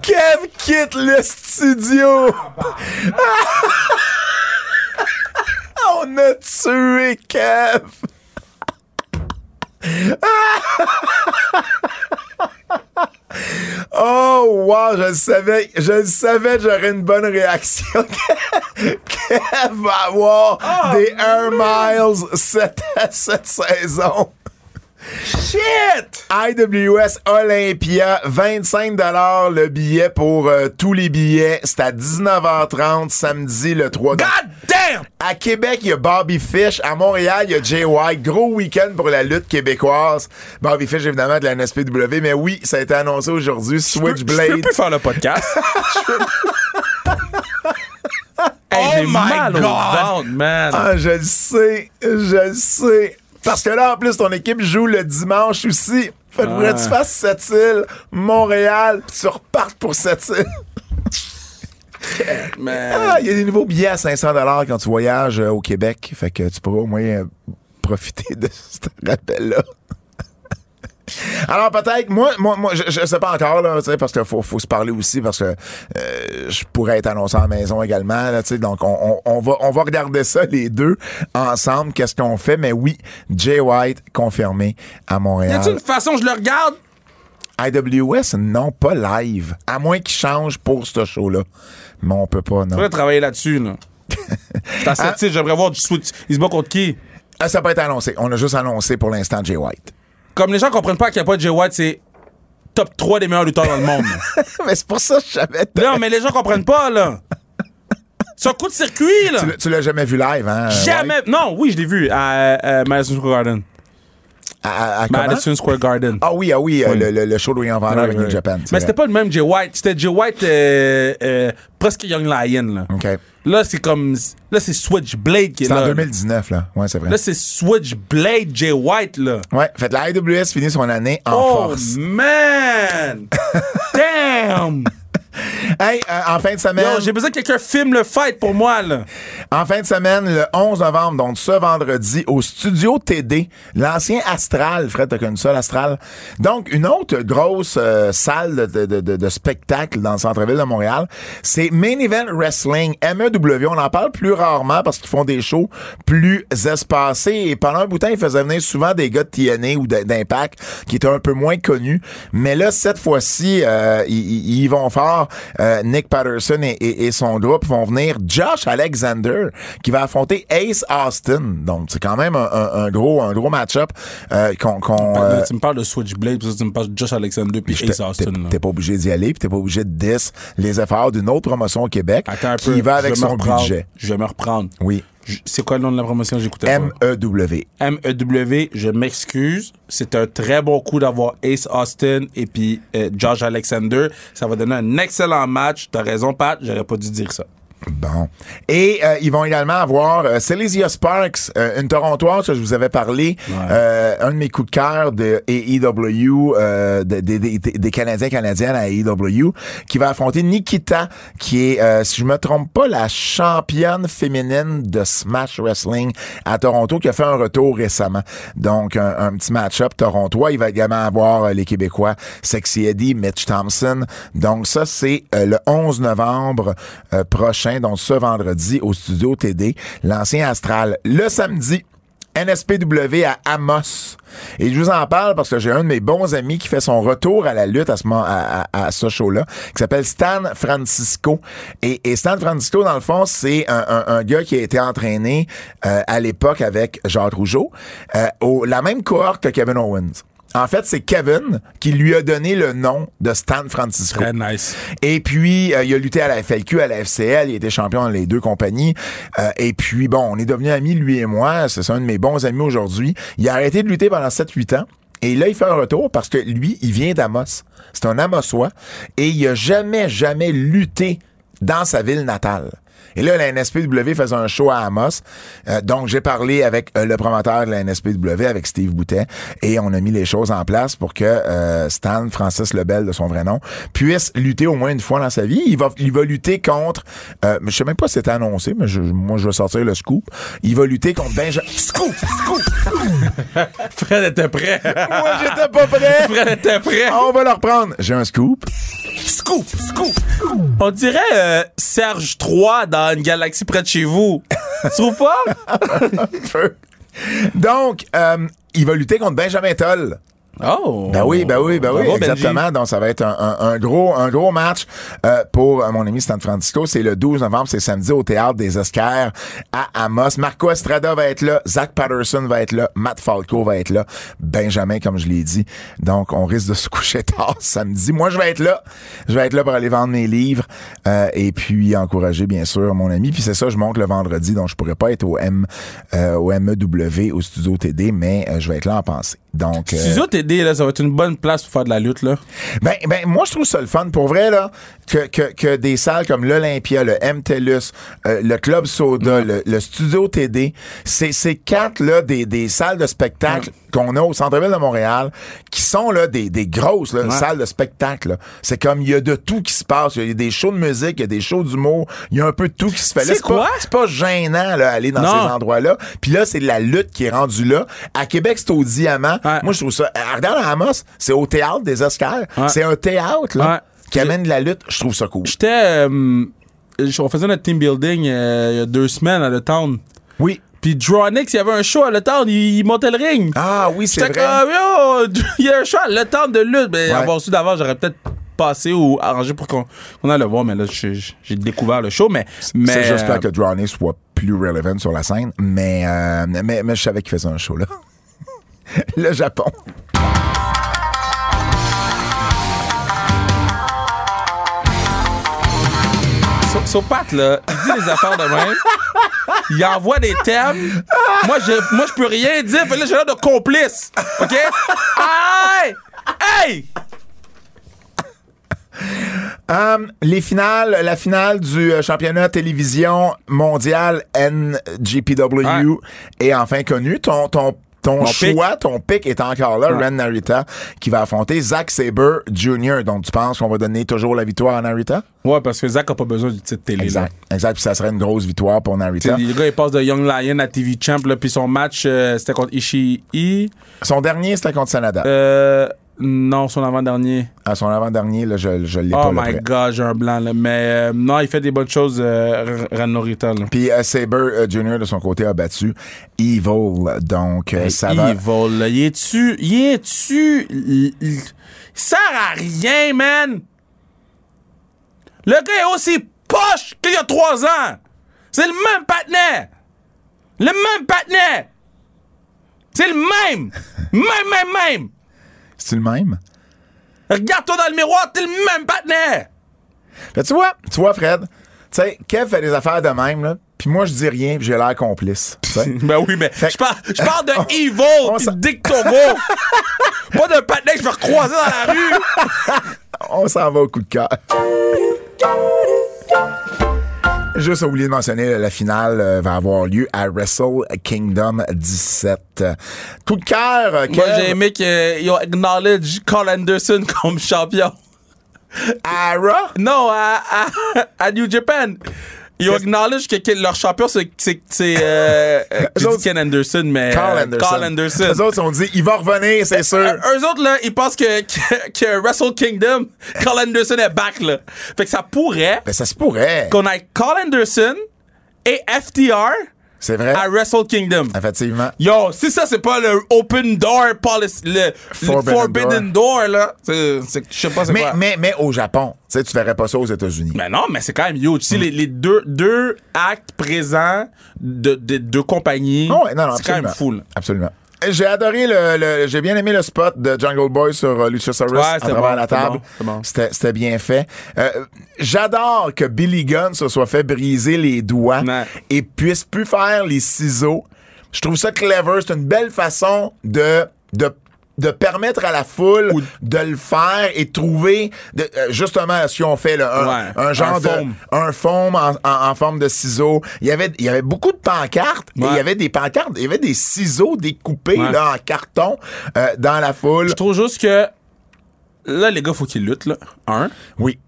Kev quitte le studio. On a tué Kev. Oh wow, je le savais, je le savais, que j'aurais une bonne réaction. Kev va avoir des Air Miles cette, cette saison. Shit! IWS Olympia, 25 le billet pour euh, tous les billets. C'est à 19h30 samedi le 3 décembre. God Ah, damn! À Québec, il y a Bobby Fish. À Montréal, il y a Jay White. Gros week-end pour la lutte québécoise. Bobby Fish, évidemment, de la NSPW. Mais oui, ça a été annoncé aujourd'hui. Je peux Switchblade. plus faire le podcast. Je peux- Hey, Oh j'ai my mal au God. ventre, man. Ah, je le sais. Je le sais. Parce que là, en plus, ton équipe joue le dimanche aussi. Fait que faudrait que Ah. tu fasses Sept-Îles, Montréal, puis tu repartes pour Sept-Îles. man. Ah, Il y a des nouveaux billets à 500 quand tu voyages euh, au Québec. Fait que tu pourras au moins euh, profiter de ce rappel-là. Alors peut-être, moi, moi, moi, je, je sais pas encore, là, tu sais, parce qu'il faut, faut se parler aussi, parce que euh, je pourrais être annoncé à la maison également, là, tu sais, donc on, on- on va, on va regarder ça les deux ensemble, qu'est-ce qu'on fait, mais oui, Jay White confirmé à Y a-t-il Montréal. une façon que je le regarde? IWS, non, pas live, à moins qu'il change pour ce show-là, mais on peut pas, non. Je pourrais travailler là-dessus, là. C'est à cette île, j'aimerais voir du switch. Il se bat contre qui? Ah, ça peut être annoncé. On a juste annoncé pour l'instant Jay White. Comme les gens comprennent pas qu'il n'y a pas de Jay White, c'est top 3 des meilleurs lutteurs dans le monde. mais c'est pour ça que je savais. Tu non, mais les gens comprennent pas, là. C'est un coup de circuit, là. l'as- Tu l'as jamais vu live, hein? Jamais. White? Non, oui, je l'ai vu à, euh, Madison Square Garden. À, à- Ben, à comment? Madison Square Garden. Ah oui, ah oui, euh, le, le- le show de William Van Damme avec Ouais, New ouais. Japan. c'est Mais c'était vrai. pas le même Jay White. C'était Jay White euh, euh, presque Young Lion, là. OK. Là, c'est comme. Là, c'est Switchblade qui est C'est en là. 2019, là. Ouais, c'est vrai. Là, c'est Switchblade Jay White, là. Ouais, fait que la IWS finit son année en oh, force. man! Damn! Hey, euh, en fin de semaine. Yo, j'ai besoin que quelqu'un filme le fight pour moi, là. En fin de semaine, le 11 novembre, donc ce vendredi, au studio TD, l'ancien Astral, Fred, t'as connu ça, l'Astral. Donc, une autre grosse euh, salle de, de- de- de spectacle dans le centre-ville de Montréal, c'est Main Event Wrestling, MEW. On en parle plus rarement parce qu'ils font des shows plus espacés. Et pendant un bout de temps, ils faisaient venir souvent des gars de TNA ou de- d'Impact qui étaient un peu moins connus. Mais là, cette fois-ci, euh, ils- ils ils vont fort. Euh, Nick Patterson et, et- et son groupe vont venir. Josh Alexander qui va affronter Ace Austin. Donc, c'est quand même un, un- un gros, un gros match-up euh, qu'on. qu'on, euh, Là, tu me parles de Switchblade, puis ça, tu me parles de Josh Alexander, puis T'es- Ace Austin. t'es- là. T'es pas obligé d'y aller, puis t'es pas obligé de 10 les efforts d'une autre promotion au Québec Attends un qui peu, va je avec vais me son reprendre, budget. Je vais me reprendre. Oui. Je- C'est quoi le nom de la promotion? J'écoutais pas. E MEW. MEW, E je m'excuse. C'est un très bon coup d'avoir Ace Austin et puis euh, Josh Alexander. Ça va donner un excellent match. T'as raison, Pat. J'aurais pas dû dire ça. Bon. Et euh, ils vont également avoir euh, Celesia Sparks, euh, une Torontoise que je vous avais parlé, euh, un de mes coups de cœur de AEW, euh, de- des- des- des Canadiens canadiennes à AEW, qui va affronter Nikita, qui est, euh, si je me trompe pas, la championne féminine de Smash Wrestling à Toronto, qui a fait un retour récemment. Donc, un, un petit match-up torontois. Il va également avoir euh, les Québécois Sexy Eddie, Mitch Thompson. Donc, ça, c'est euh, le 11 novembre euh, prochain, donc ce vendredi, au studio TD, l'ancien Astral. Le samedi, NSPW à Amos. Et je vous en parle parce que j'ai un de mes bons amis qui fait son retour à la lutte à ce, moment- à, à- à ce show-là, qui s'appelle Stan Francisco. Et, et Stan Francisco, dans le fond, c'est un, un- un gars qui a été entraîné euh, à l'époque avec Jacques Rougeau, euh, au- la même cohorte que Kevin Owens. En fait, c'est Kevin qui lui a donné le nom de Stan Francisco. Très nice. Et puis, euh, il a lutté à la FLQ, à la FCL, il était champion dans les deux compagnies. Euh, et puis, bon, on est devenus amis, lui et moi. C'est un de mes bons amis aujourd'hui. Il a arrêté de lutter pendant 7-8 ans. Et là, il fait un retour parce que lui, il vient d'Amos. C'est un Amosois. Et il a jamais, jamais lutté dans sa ville natale. Et là, la NSPW faisait un show à Amos. Euh, donc, j'ai parlé avec euh, le promoteur de la NSPW, avec Steve Boutet, et on a mis les choses en place pour que euh, Stan Francis Lebel, de son vrai nom, puisse lutter au moins une fois dans sa vie. Il va, il va lutter contre... Euh, je sais même pas si c'était annoncé, mais je- moi, je vais sortir le scoop. Il va lutter contre Benjamin... Scoop! Scoop! Fred était prêt. moi, j'étais pas prêt! Fred était prêt. On va le reprendre. J'ai un scoop. Scoop, scoop. On dirait euh, Serge 3 dans une galaxie près de chez vous. tu trouves pas? Feu. Donc, euh, il va lutter contre Benjamin Toll. Oh. Ben oui, ben oui, ben oui, Bravo, Benji. exactement. Donc, ça va être un, un- un gros, un gros match euh, pour euh, mon ami Stan Francisco. C'est le 12 novembre, c'est samedi au Théâtre des Oscars à Amos. Marco Estrada va être là, Zach Patterson va être là, Matt Falco va être là, Benjamin, comme je l'ai dit. Donc, on risque de se coucher tard samedi. Moi, je vais être là. Je vais être là pour aller vendre mes livres euh, et puis encourager, bien sûr, mon ami. Puis c'est ça, je monte le vendredi, donc je pourrais pas être au, M, euh, au MEW, au Studio TD, mais euh, je vais être là en pensée. Donc, euh, Studio TD, là, ça va être une bonne place pour faire de la lutte, là. ben, ben, moi, je trouve ça le fun. Pour vrai, là, que, que, que des salles comme l'Olympia, le MTLUS, euh, le Club Mm-hmm. Soda, le, le Studio TD, c'est c'est quatre, là, des, des salles de spectacle Mm. qu'on a au centre-ville de Montréal qui sont, là, des, des grosses là, salles de spectacle. là. C'est comme, il y a de tout qui se passe. Il y a des shows de musique, il y a des shows d'humour, il y a un peu de tout qui se fait. Là, C'est pas- quoi? C'est pas gênant, là, aller dans Non. ces endroits-là. Puis là, c'est de la lutte qui est rendue là. À Québec, c'est au Diamant. Ouais. Moi, je trouve ça. euh, Regarde à Amos, c'est au théâtre des Oscars. Ouais. C'est un théâtre là, Ouais. qui amène de la lutte. Je trouve ça cool. J'étais. euh, je- on faisait notre team building euh, il y a deux semaines à Le Town. Oui. Puis Dronix, il y avait un show à Le Town, il, il montait le ring. Ah oui, c'est J'étais vrai. comme, yo, il y a un show à Le Town de lutte. Ben, Ouais. avoir su d'avant, j'aurais peut-être passé ou arrangé pour qu'on qu'on aille le voir, mais là, j'ai j'ai découvert le show. Mais. mais euh, C'est juste pas que Drowning soit plus relevant sur la scène, mais, euh, mais, mais je savais qu'il faisait un show là. Le Japon. euh, So, so Pat, là, il dit les affaires de même. Il envoie des thèmes. Moi, je, moi, je peux rien dire. Fait que là, j'ai l'air de complice. OK? Aïe! Hey! Hum, les finales, la finale du euh, championnat télévision mondial NGPW Ouais. est enfin connue. Ton, ton Ton Mon choix, ton pick est encore là, Ren Narita, qui va affronter Zack Saber Jr. Donc, tu penses qu'on va donner toujours la victoire à Narita? Ouais, parce que Zach a pas besoin du titre télé. Exact. Exact. Puis ça serait une grosse victoire pour Narita. Là. Les gars, ils passent de Young Lion à TV Champ, là, puis son match, euh, c'était contre Ishii. Son dernier, c'était contre Sanada. Euh, non, son avant-dernier. À son avant-dernier, là, je, je l'ai pas Oh le my prêt. god, j'ai un blanc, là. Mais euh, non, il fait des bonnes choses, euh, R- Ranorita, là. Puis euh, Saber euh, Jr. de son côté a battu Evil. Donc, euh, ça va. Evil, là. Y est-tu. Y est-tu. Il il sert à rien, man! Le gars est aussi poche qu'il y a trois ans! C'est le même patinet! Le même patinet! C'est le même! Même, même, même! C'est le même? Regarde-toi dans le miroir, t'es le même patinet! Fait, Ben, tu vois, tu vois, Fred, tu sais, Kev fait des affaires de même, là. Puis moi, je dis rien, puis j'ai l'air complice. tu sais. Ben oui, mais je parle, je parle de Evil, on pis s'en- Dick Togo! Pas de patinet que je vais recroiser dans la rue! On s'en va au coup de cœur. Juste oublié de mentionner, la finale euh, va avoir lieu à Wrestle Kingdom 17. Coup de cœur, euh, Moi, Kev, j'ai aimé qu'ils ont acknowledge Carl Anderson comme champion. à Raw? Non, à, à, à New Japan. Ils ont acknowledge que, que leur champion, c'est- c'est c'est, euh, euh, j'ai dit autres- Ken Anderson, mais Carl euh, Anderson. Carl Anderson. Les autres, on dit, il va revenir, c'est sûr. Euh, Eux autres, là, ils pensent que, que, que Wrestle Kingdom, Carl Anderson est back, là. Fait que ça pourrait Ben, ça se pourrait. qu'on ait Carl Anderson et FTR C'est vrai. à Wrestle Kingdom. Effectivement. Yo, si ça, c'est pas le open door policy, le, le Forbidden forbidden, door, là, c'est, c'est- je sais pas c'est Mais, quoi. mais, mais au Japon, tu sais, tu verrais pas ça aux États-Unis. Ben non, mais c'est quand même huge. Tu Hmm. sais, les, les deux, deux actes présents de, de- deux compagnies, Oh, ouais, non, non, Mmh. c'est quand même absolument. fou. là. Absolument. J'ai adoré le, le- j'ai bien aimé le spot de Jungle Boy sur euh, Luchasaurus Ouais, à c'était travers bon, la c'était table. bon, c'était bon. C'était c'était bien fait. Euh, J'adore que Billy Gunn se soit fait briser les doigts Ouais. et puisse plus faire les ciseaux. Je trouve ça clever. C'est une belle façon de de de permettre à la foule Ou- de le faire et de trouver de- euh, justement si on fait le un, Ouais, un genre un de foam. un foam en, en- en forme de ciseaux. Il y avait, il y avait beaucoup de pancartes. et Ouais. il y avait des pancartes, il y avait des ciseaux découpés Ouais. là, en carton euh, dans la foule. Je trouve juste que là, les gars, faut qu'ils luttent, là. Un. Oui.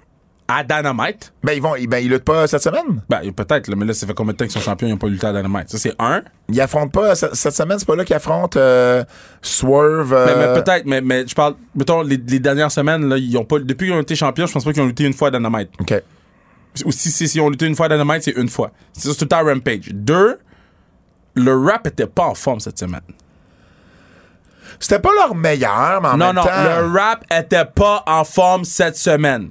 À Dynamite. Ben ils vont, ils- ben ils luttent pas cette semaine. Ben, peut-être, là, mais là, ça fait combien de temps qu'ils sont champions, ils n'ont pas lutté à Dynamite? Ça, c'est un. Ils affrontent pas ce- cette semaine. C'est pas là qu'ils affrontent euh, Swerve. Mais, Ben, mais euh, peut-être, mais, mais je parle, mettons, les, les dernières semaines, là, ils ont pas, depuis qu'ils ont été champions, je pense pas qu'ils ont lutté une fois à Dynamite. Ok. Ou si, si, si on luttait une fois à Dynamite, c'est une fois. C'est tout le temps Rampage. Deux, le rap était pas en forme cette semaine. C'était pas leur meilleur, mais en Non, même non, temps. le rap était pas en forme cette semaine.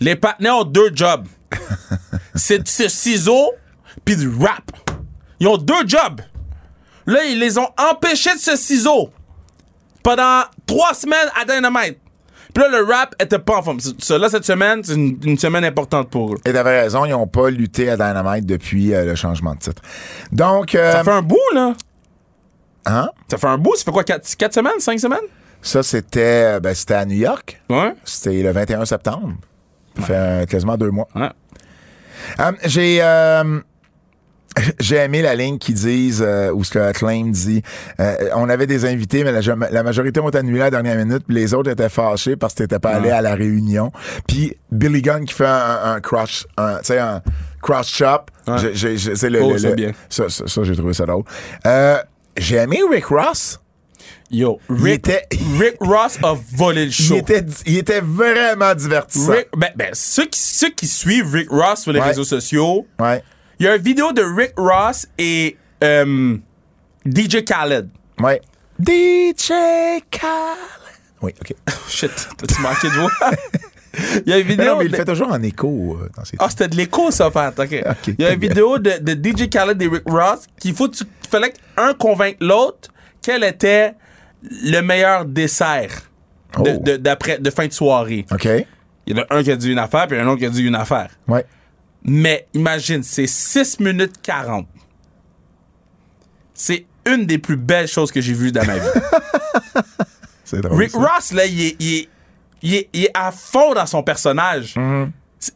Les partenaires ont deux jobs. c'est du ce ciseau puis du rap. Ils ont deux jobs. Là, ils les ont empêchés de ce ciseau pendant trois semaines à Dynamite. Puis là, le rap était pas en forme. C'est- ça, Là, cette semaine, c'est une, une semaine importante pour eux. Et t'avais raison, ils ont pas lutté à Dynamite depuis euh, le changement de titre. Donc, euh, Ça fait un bout, là. hein? Ça fait un bout. Ça fait quoi, quatre, quatre semaines, cinq semaines? ça c'était, ben, c'était à New York. Ouais. C'était le 21 septembre. Ça fait euh, quasiment deux mois. Ouais. Euh, j'ai euh, j'ai aimé la ligne qui disent euh, ou ce que Acclaim dit. euh, on avait des invités, mais la, jam- la majorité ont annulé à la dernière minute. Puis les autres étaient fâchés parce que t'étais pas allé à la réunion. Puis Billy Gunn qui fait un, un cross, un, tu sais un cross chop. J'ai- j'ai- j'ai- c'est le, Oh, le- c'est le- bien. Ça, ça- ça, j'ai trouvé ça drôle. Euh, j'ai aimé Rick Ross. Yo, Rick, était- Rick Ross a volé le show. Il était, di- il était vraiment divertissant. Rick- ben, ben, ceux, qui, ceux qui suivent Rick Ross sur les Ouais. réseaux sociaux, Ouais, il y a une vidéo de Rick Ross et euh, DJ Khaled. ouais. DJ Khaled. Oui, ok. Shit, t'as-tu manqué de voix? Il y a une Mais vidéo. non, mais il de- le fait toujours en écho euh, dans ses Ah, c'était de l'écho, ça, Pat. OK. Ok, Il y a très une bien. vidéo de, de DJ Khaled et Rick Ross qu'il faut, tu- il fallait qu'un convainque l'autre quel était le meilleur dessert de, Oh. de- d'après, de fin de soirée. OK. Il y en a un qui a dit une affaire, puis un autre qui a dit une affaire. Ouais. Mais imagine, c'est 6 minutes 40. C'est une des plus belles choses que j'ai vues dans ma vie. C'est drôle. Rick ça. Ross, là, il est, il est- il est- il est à fond dans son personnage. Mm-hmm. C'est-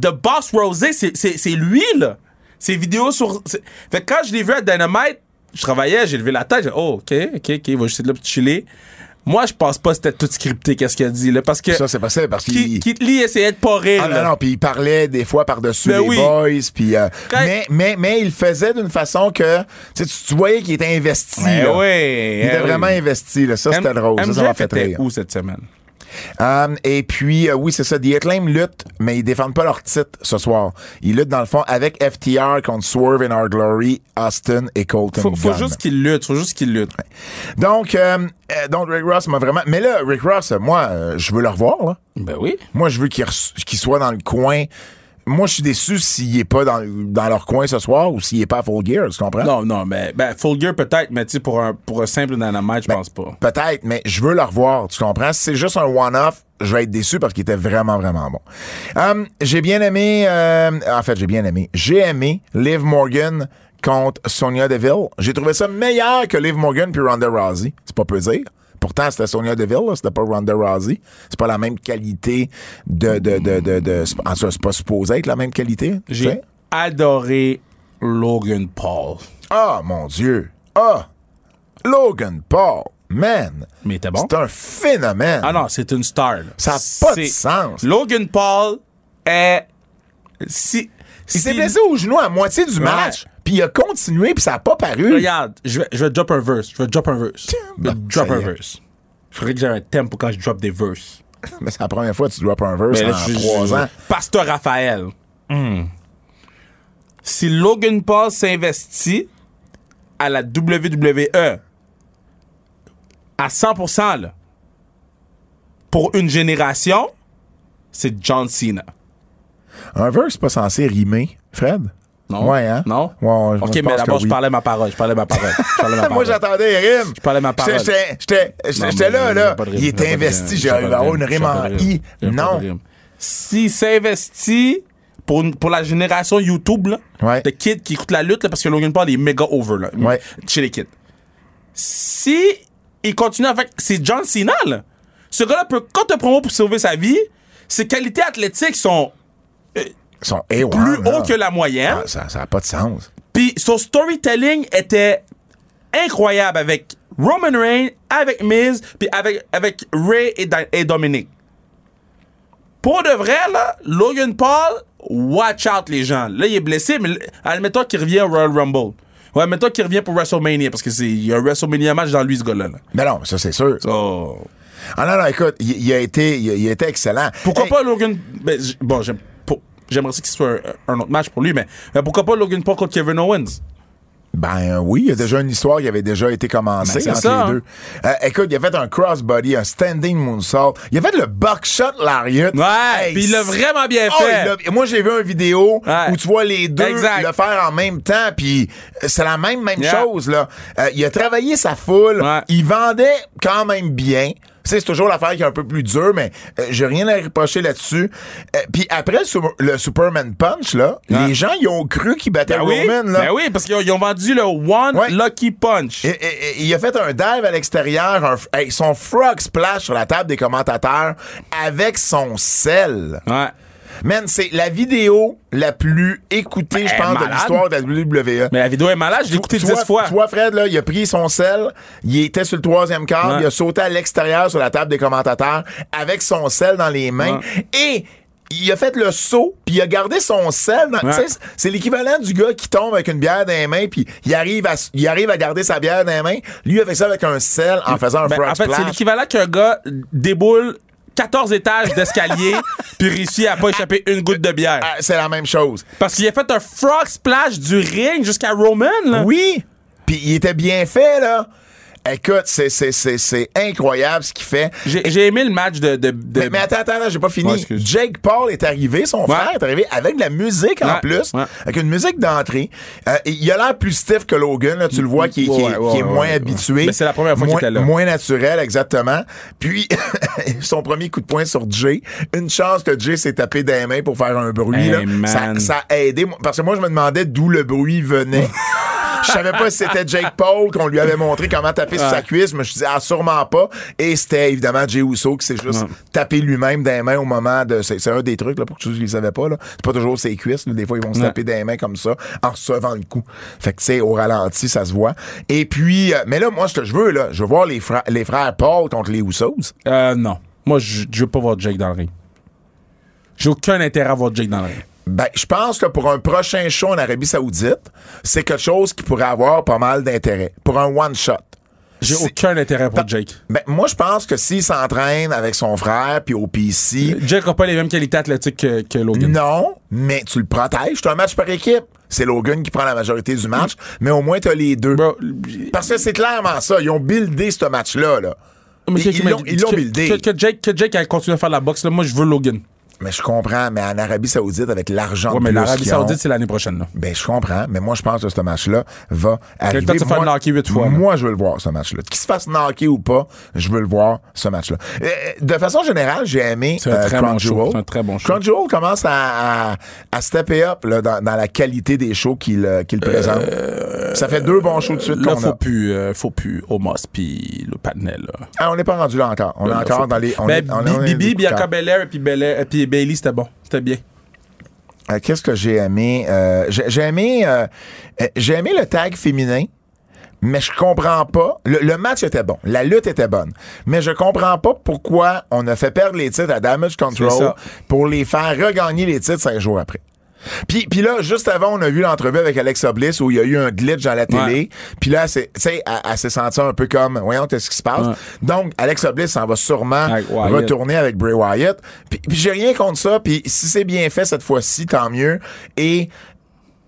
The Boss Rosé, c'est c'est- c'est lui, là. Ses vidéos sur. c'est- Fait que quand je l'ai vu à Dynamite, Je travaillais, j'ai levé la tête, j'ai dit, oh, OK, OK, OK, il va juste être là pour chiller. Moi, je pense pas que c'était tout scripté, qu'est-ce qu'il a dit, là, parce que. Ça, c'est possible parce euh, Qui, qu'il. qui te lit essayait de pas rire, Ah non, là. non, puis il parlait des fois par-dessus Ben les oui. boys, puis... euh, Quand- mais, mais, mais il le faisait d'une façon que... Tu, sais, tu- tu voyais qu'il était investi. Ben là. oui, Il était ben oui. vraiment investi, là. ça c'était M- drôle, ça, ça MJF m'a fait était rire. où cette semaine? Um, et puis, euh, oui, c'est ça, The Acclaim lutte, mais ils défendent pas leur titre ce soir. Ils luttent dans le fond avec FTR contre Swerve in Our Glory, Austin et Colton Faut, faut Gunn. juste qu'il lutte, faut juste qu'il lutte. Donc, euh, euh, donc Rick Ross m'a vraiment... Mais là, Rick Ross, euh, moi, euh, je veux le revoir, là. Ben oui. Moi, je veux qu'il reço- qu'il soit dans le coin. Moi, je suis déçu s'il est pas dans, dans leur coin ce soir ou s'il est pas à Full Gear, tu comprends? Non, non, mais ben, Full Gear peut-être, mais tu sais, pour un, pour un simple Dynamite, je Ben, pense pas. Peut-être, mais je veux le revoir, tu comprends? Si c'est juste un one-off, je vais être déçu parce qu'il était vraiment, vraiment bon. Hum, j'ai bien aimé... euh, en fait, j'ai bien aimé. J'ai aimé Liv Morgan contre Sonia Deville. J'ai trouvé ça meilleur que Liv Morgan puis Ronda Rousey. C'est pas peu dire. Pourtant, c'était Sonia Deville, là, c'était pas Ronda Rousey. C'est pas la même qualité de... de, de, de, de- en tout cas, c'est pas supposé être la même qualité. tu J'ai sais. adoré Logan Paul. Ah, mon Dieu. Ah, Logan Paul. Man. Mais il était bon. C'est un phénomène. Ah non, c'est une star. là. Ça a pas de C'est- sens. Logan Paul est. Si, il s'est blessé au genou à moitié du match, puis il a continué, puis ça a pas paru. Regarde, je vais, je vais drop un verse. Je vais drop un verse. Je vais Bon, drop ça un y est. verse. Faudrait que j'ai un tempo quand je drop des verses. Mais c'est la première fois que tu drops un verse Ben là, en je- je- trois je- ans. Pasteur Raphaël. Hmm. Si Logan Paul s'investit à la WWE à 100%, là, pour une génération, c'est John Cena. Un verse, c'est pas censé rimer, Fred? Non? Ouais, hein? Non? Ouais, ouais, ok, je mais pense que d'abord, je oui. parlais ma parole. Je parlais ma parole. Je parlais ma Moi, parole. j'attendais les rimes. Je parlais ma parole. J'étais j'étais- j'étais- Non, j'étais mais là, j'ai là. pas de rime, Il j'ai pas de était investi. rime, J'ai pas de avoir une j'ai rime pas en de I. j'ai pas Non. de rime. S'il s'investit pour, une- pour la génération YouTube, là, Ouais. de kids qui écoutent la lutte, là, parce que Logan Paul est méga over là, Ouais. chez les kids. Si il continue avec. C'est John Cena, là. Ce gars-là peut quand te promo pour sauver sa vie. Ses qualités athlétiques sont Ils sont A1. plus là. hauts que la moyenne. Ah, Ça ça a pas de sens. Puis son storytelling était incroyable avec Roman Reigns, avec Miz, puis avec, avec Ray et, Da- et Dominic. Pour de vrai, là, Logan Paul, watch out les gens. Là, il est blessé, mais l- admettons qu'il revient au Royal Rumble. Ouais, admettons qu'il revient pour WrestleMania, parce que c'est il y a un WrestleMania match dans lui, ce gars-là. là. Mais non, ça, c'est sûr. Oh. Ah non, non, écoute, il, il a, été, il, a- il a été excellent. Pourquoi Hey, pas Logan... ben, j- bon, j'aime pour- J'aimerais ça que ce soit un, un autre match pour lui, mais, mais pourquoi pas Logan Paul contre Kevin Owens? Ben euh, oui, il y a déjà une histoire qui avait déjà été commencée Ben, c'est entre ça, les deux. Euh, écoute, il a fait un crossbody, un standing moonsault. Il a fait le buckshot lariat. Ouais, puis il l'a vraiment bien oh, fait. il l'a- Moi, j'ai vu une vidéo Ouais. où tu vois les deux Exact. le faire en même temps, puis euh, c'est la même même Yeah. chose là. Euh, il a travaillé sa foule, Ouais. il vendait quand même bien. Tu sais, C'est toujours l'affaire qui est un peu plus dure, mais euh, j'ai rien à reprocher là-dessus. Euh, puis après le, Super- le Superman Punch, là, Ouais. les gens ils ont cru qu'il battait Ben oui, Roman. Là. ben oui, parce qu'ils ont, ils ont vendu le One Ouais. Lucky Punch. Et- et- et Il a fait un dive à l'extérieur, un f- hey, son frog splash sur la table des commentateurs avec son sel. Ouais. Man, c'est la vidéo la plus écoutée, je Ben, pense, de malade. l'histoire de la E. WWE. Mais la vidéo est malade, je l'ai écoutée Tu vois- 10 fois. Tu vois, Fred, là, il a pris son sel, il était sur le troisième quart, Ouais. il a sauté à l'extérieur sur la table des commentateurs avec son sel dans les mains et il a fait le saut, puis il a gardé son sel. dans- Ouais. tu sais, C'est l'équivalent du gars qui tombe avec une bière dans les mains, puis il arrive, à, s- il arrive à garder sa bière dans les mains. Lui, il a fait ça avec un sel en faisant un Ben, frog en fait, c'est splash. l'équivalent qu'un gars déboule 14 étages d'escalier puis réussit à pas échapper une goutte de bière. Ah, C'est la même chose. Parce qu'il a fait un frog splash du ring jusqu'à Roman. Là. Oui! Puis il était bien fait, là. Écoute, c'est- c'est c'est- c'est incroyable ce qu'il fait. J'ai j'ai aimé le match de... de, de- Mais, mais attends, attends, attends, j'ai pas fini. Ouais, excuse. Jake Paul est arrivé, son frère est arrivé avec de la musique en Ouais, plus, ouais. avec une musique d'entrée. Euh, et il a l'air plus stiff que Logan, là, tu le vois, qui, est- qui est- Ouais, ouais, qui est ouais, moins ouais. habitué. Mais c'est la première fois qu'il Moins- était là. Moins naturel, exactement. Puis, son premier coup de poing sur Jay. Une chance que Jay s'est tapé dans les mains pour faire un bruit. Hey, là. Ça, man. ça a aidé. Parce que moi, je me demandais d'où le bruit venait. Je savais pas si c'était Jake Paul qu'on lui avait montré comment taper sur sa cuisse, mais je me suis dit, ah, sûrement pas. Et c'était évidemment Jay Uso qui s'est juste tapé lui-même dans les mains au moment de. C'est c'est un des trucs, là, pour que tu ne le savais pas, là. C'est pas toujours ses cuisses, là. Des fois, ils vont se Ouais. taper dans les mains comme ça, en recevant le coup. Fait que, tu sais, au ralenti, ça se voit. Et puis, euh, mais là, moi, ce que je veux, là, je veux voir les, fra- les frères Paul contre les Usos. Euh, non. Moi, je je veux pas voir Jake dans le ring. J'ai aucun intérêt à voir Jake dans le ring. Ben, je pense que pour un prochain show en Arabie Saoudite, c'est quelque chose qui pourrait avoir pas mal d'intérêt. Pour un one-shot. J'ai C'est- aucun intérêt pour Jake. Ben, moi, je pense que s'il s'entraîne avec son frère puis au PC, Jake n'a pas les mêmes qualités athlétiques que, que Logan. non, mais tu le protèges. C'est un match par équipe. C'est Logan qui prend la majorité du match, mais au moins, t'as les deux. Bro, Parce que c'est clairement ça. Ils ont buildé ce match-là, là. Ah, mais Ils- quelqu'un ils m'a l'ont- dit ils l'ont que- buildé. Ah, Que, que Jake, que Jake elle continue à faire de la boxe, là, moi, je veux Logan. Mais je comprends, mais en Arabie Saoudite, avec l'argent Ouais, de mais plus l'Arabie qu'ils ont, Saoudite, c'est l'année prochaine. Là. Ben, je comprends, mais moi, je pense que ce match-là va arriver. temps de se faire Moi- knocker huit fois, là. Moi, je veux le voir, ce match-là. Qu'il se fasse knocker ou pas, je veux le voir, ce match-là. Euh, de façon générale, j'ai aimé C'est un très bon Crown show. Jewel. C'est un très bon show. Crown Jewel commence à, à, à stepper up là, dans, dans la qualité des shows qu'il euh, qu'il présente. Ça fait deux bons shows de suite Là, qu'on a. faut plus, euh, faut plus Omos puis le Patnel. Là. Ah, on n'est pas rendu là encore. On est Là, encore faut Ben, dans plus. les... On Mais est- on est- on est des Bibi, coups de Bianca cœur. Belair et puis Belair- et puis Bailey, c'était bon. C'était bien. Euh, Qu'est-ce que j'ai aimé? Euh, j'ai j'ai aimé, euh, euh, j'ai aimé le tag féminin, mais je comprends pas. Le, le match était bon, la lutte était bonne, mais je comprends pas pourquoi on a fait perdre les titres à Damage C'est Control ça. pour les faire regagner les titres cinq jours après. Puis, puis là, juste avant, on a vu l'entrevue avec Alexa Bliss où il y a eu un glitch à la télé. Puis là, c'est- tu sais, elle, elle s'est sentie un peu comme, voyons, qu'est-ce qui se passe? Ouais. Donc, Alexa Bliss s'en va sûrement Avec Wyatt. retourner avec Bray Wyatt. Puis, puis j'ai rien contre ça. Puis si c'est bien fait cette fois-ci, tant mieux. Et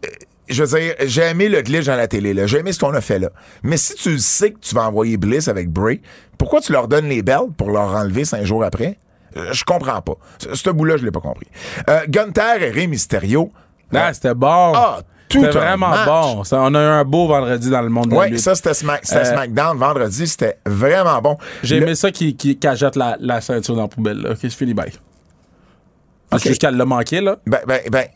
euh, je veux dire, j'ai aimé le glitch dans la télé, là. J'ai aimé ce qu'on a fait là. Mais si tu sais que tu vas envoyer Bliss avec Bray, pourquoi tu leur donnes les belts pour leur enlever cinq jours après? Euh, Je comprends pas. Ce, ce bout-là, je l'ai pas compris. Euh, Gunther et Rey Mysterio. Ah, c'était bon. Ah, tout C'était un vraiment match. bon. Ça, on a eu un beau vendredi dans le monde de la Oui, lutte. ça, c'était Smack- c'était Euh, SmackDown vendredi. C'était vraiment bon. J'ai Le- aimé ça qui, qui, qu'elle jette la, la ceinture dans la poubelle. Là. OK, c'est fini, bye. Parce que Ok. Jusqu'à le manquer, là. Ben, ben, ben.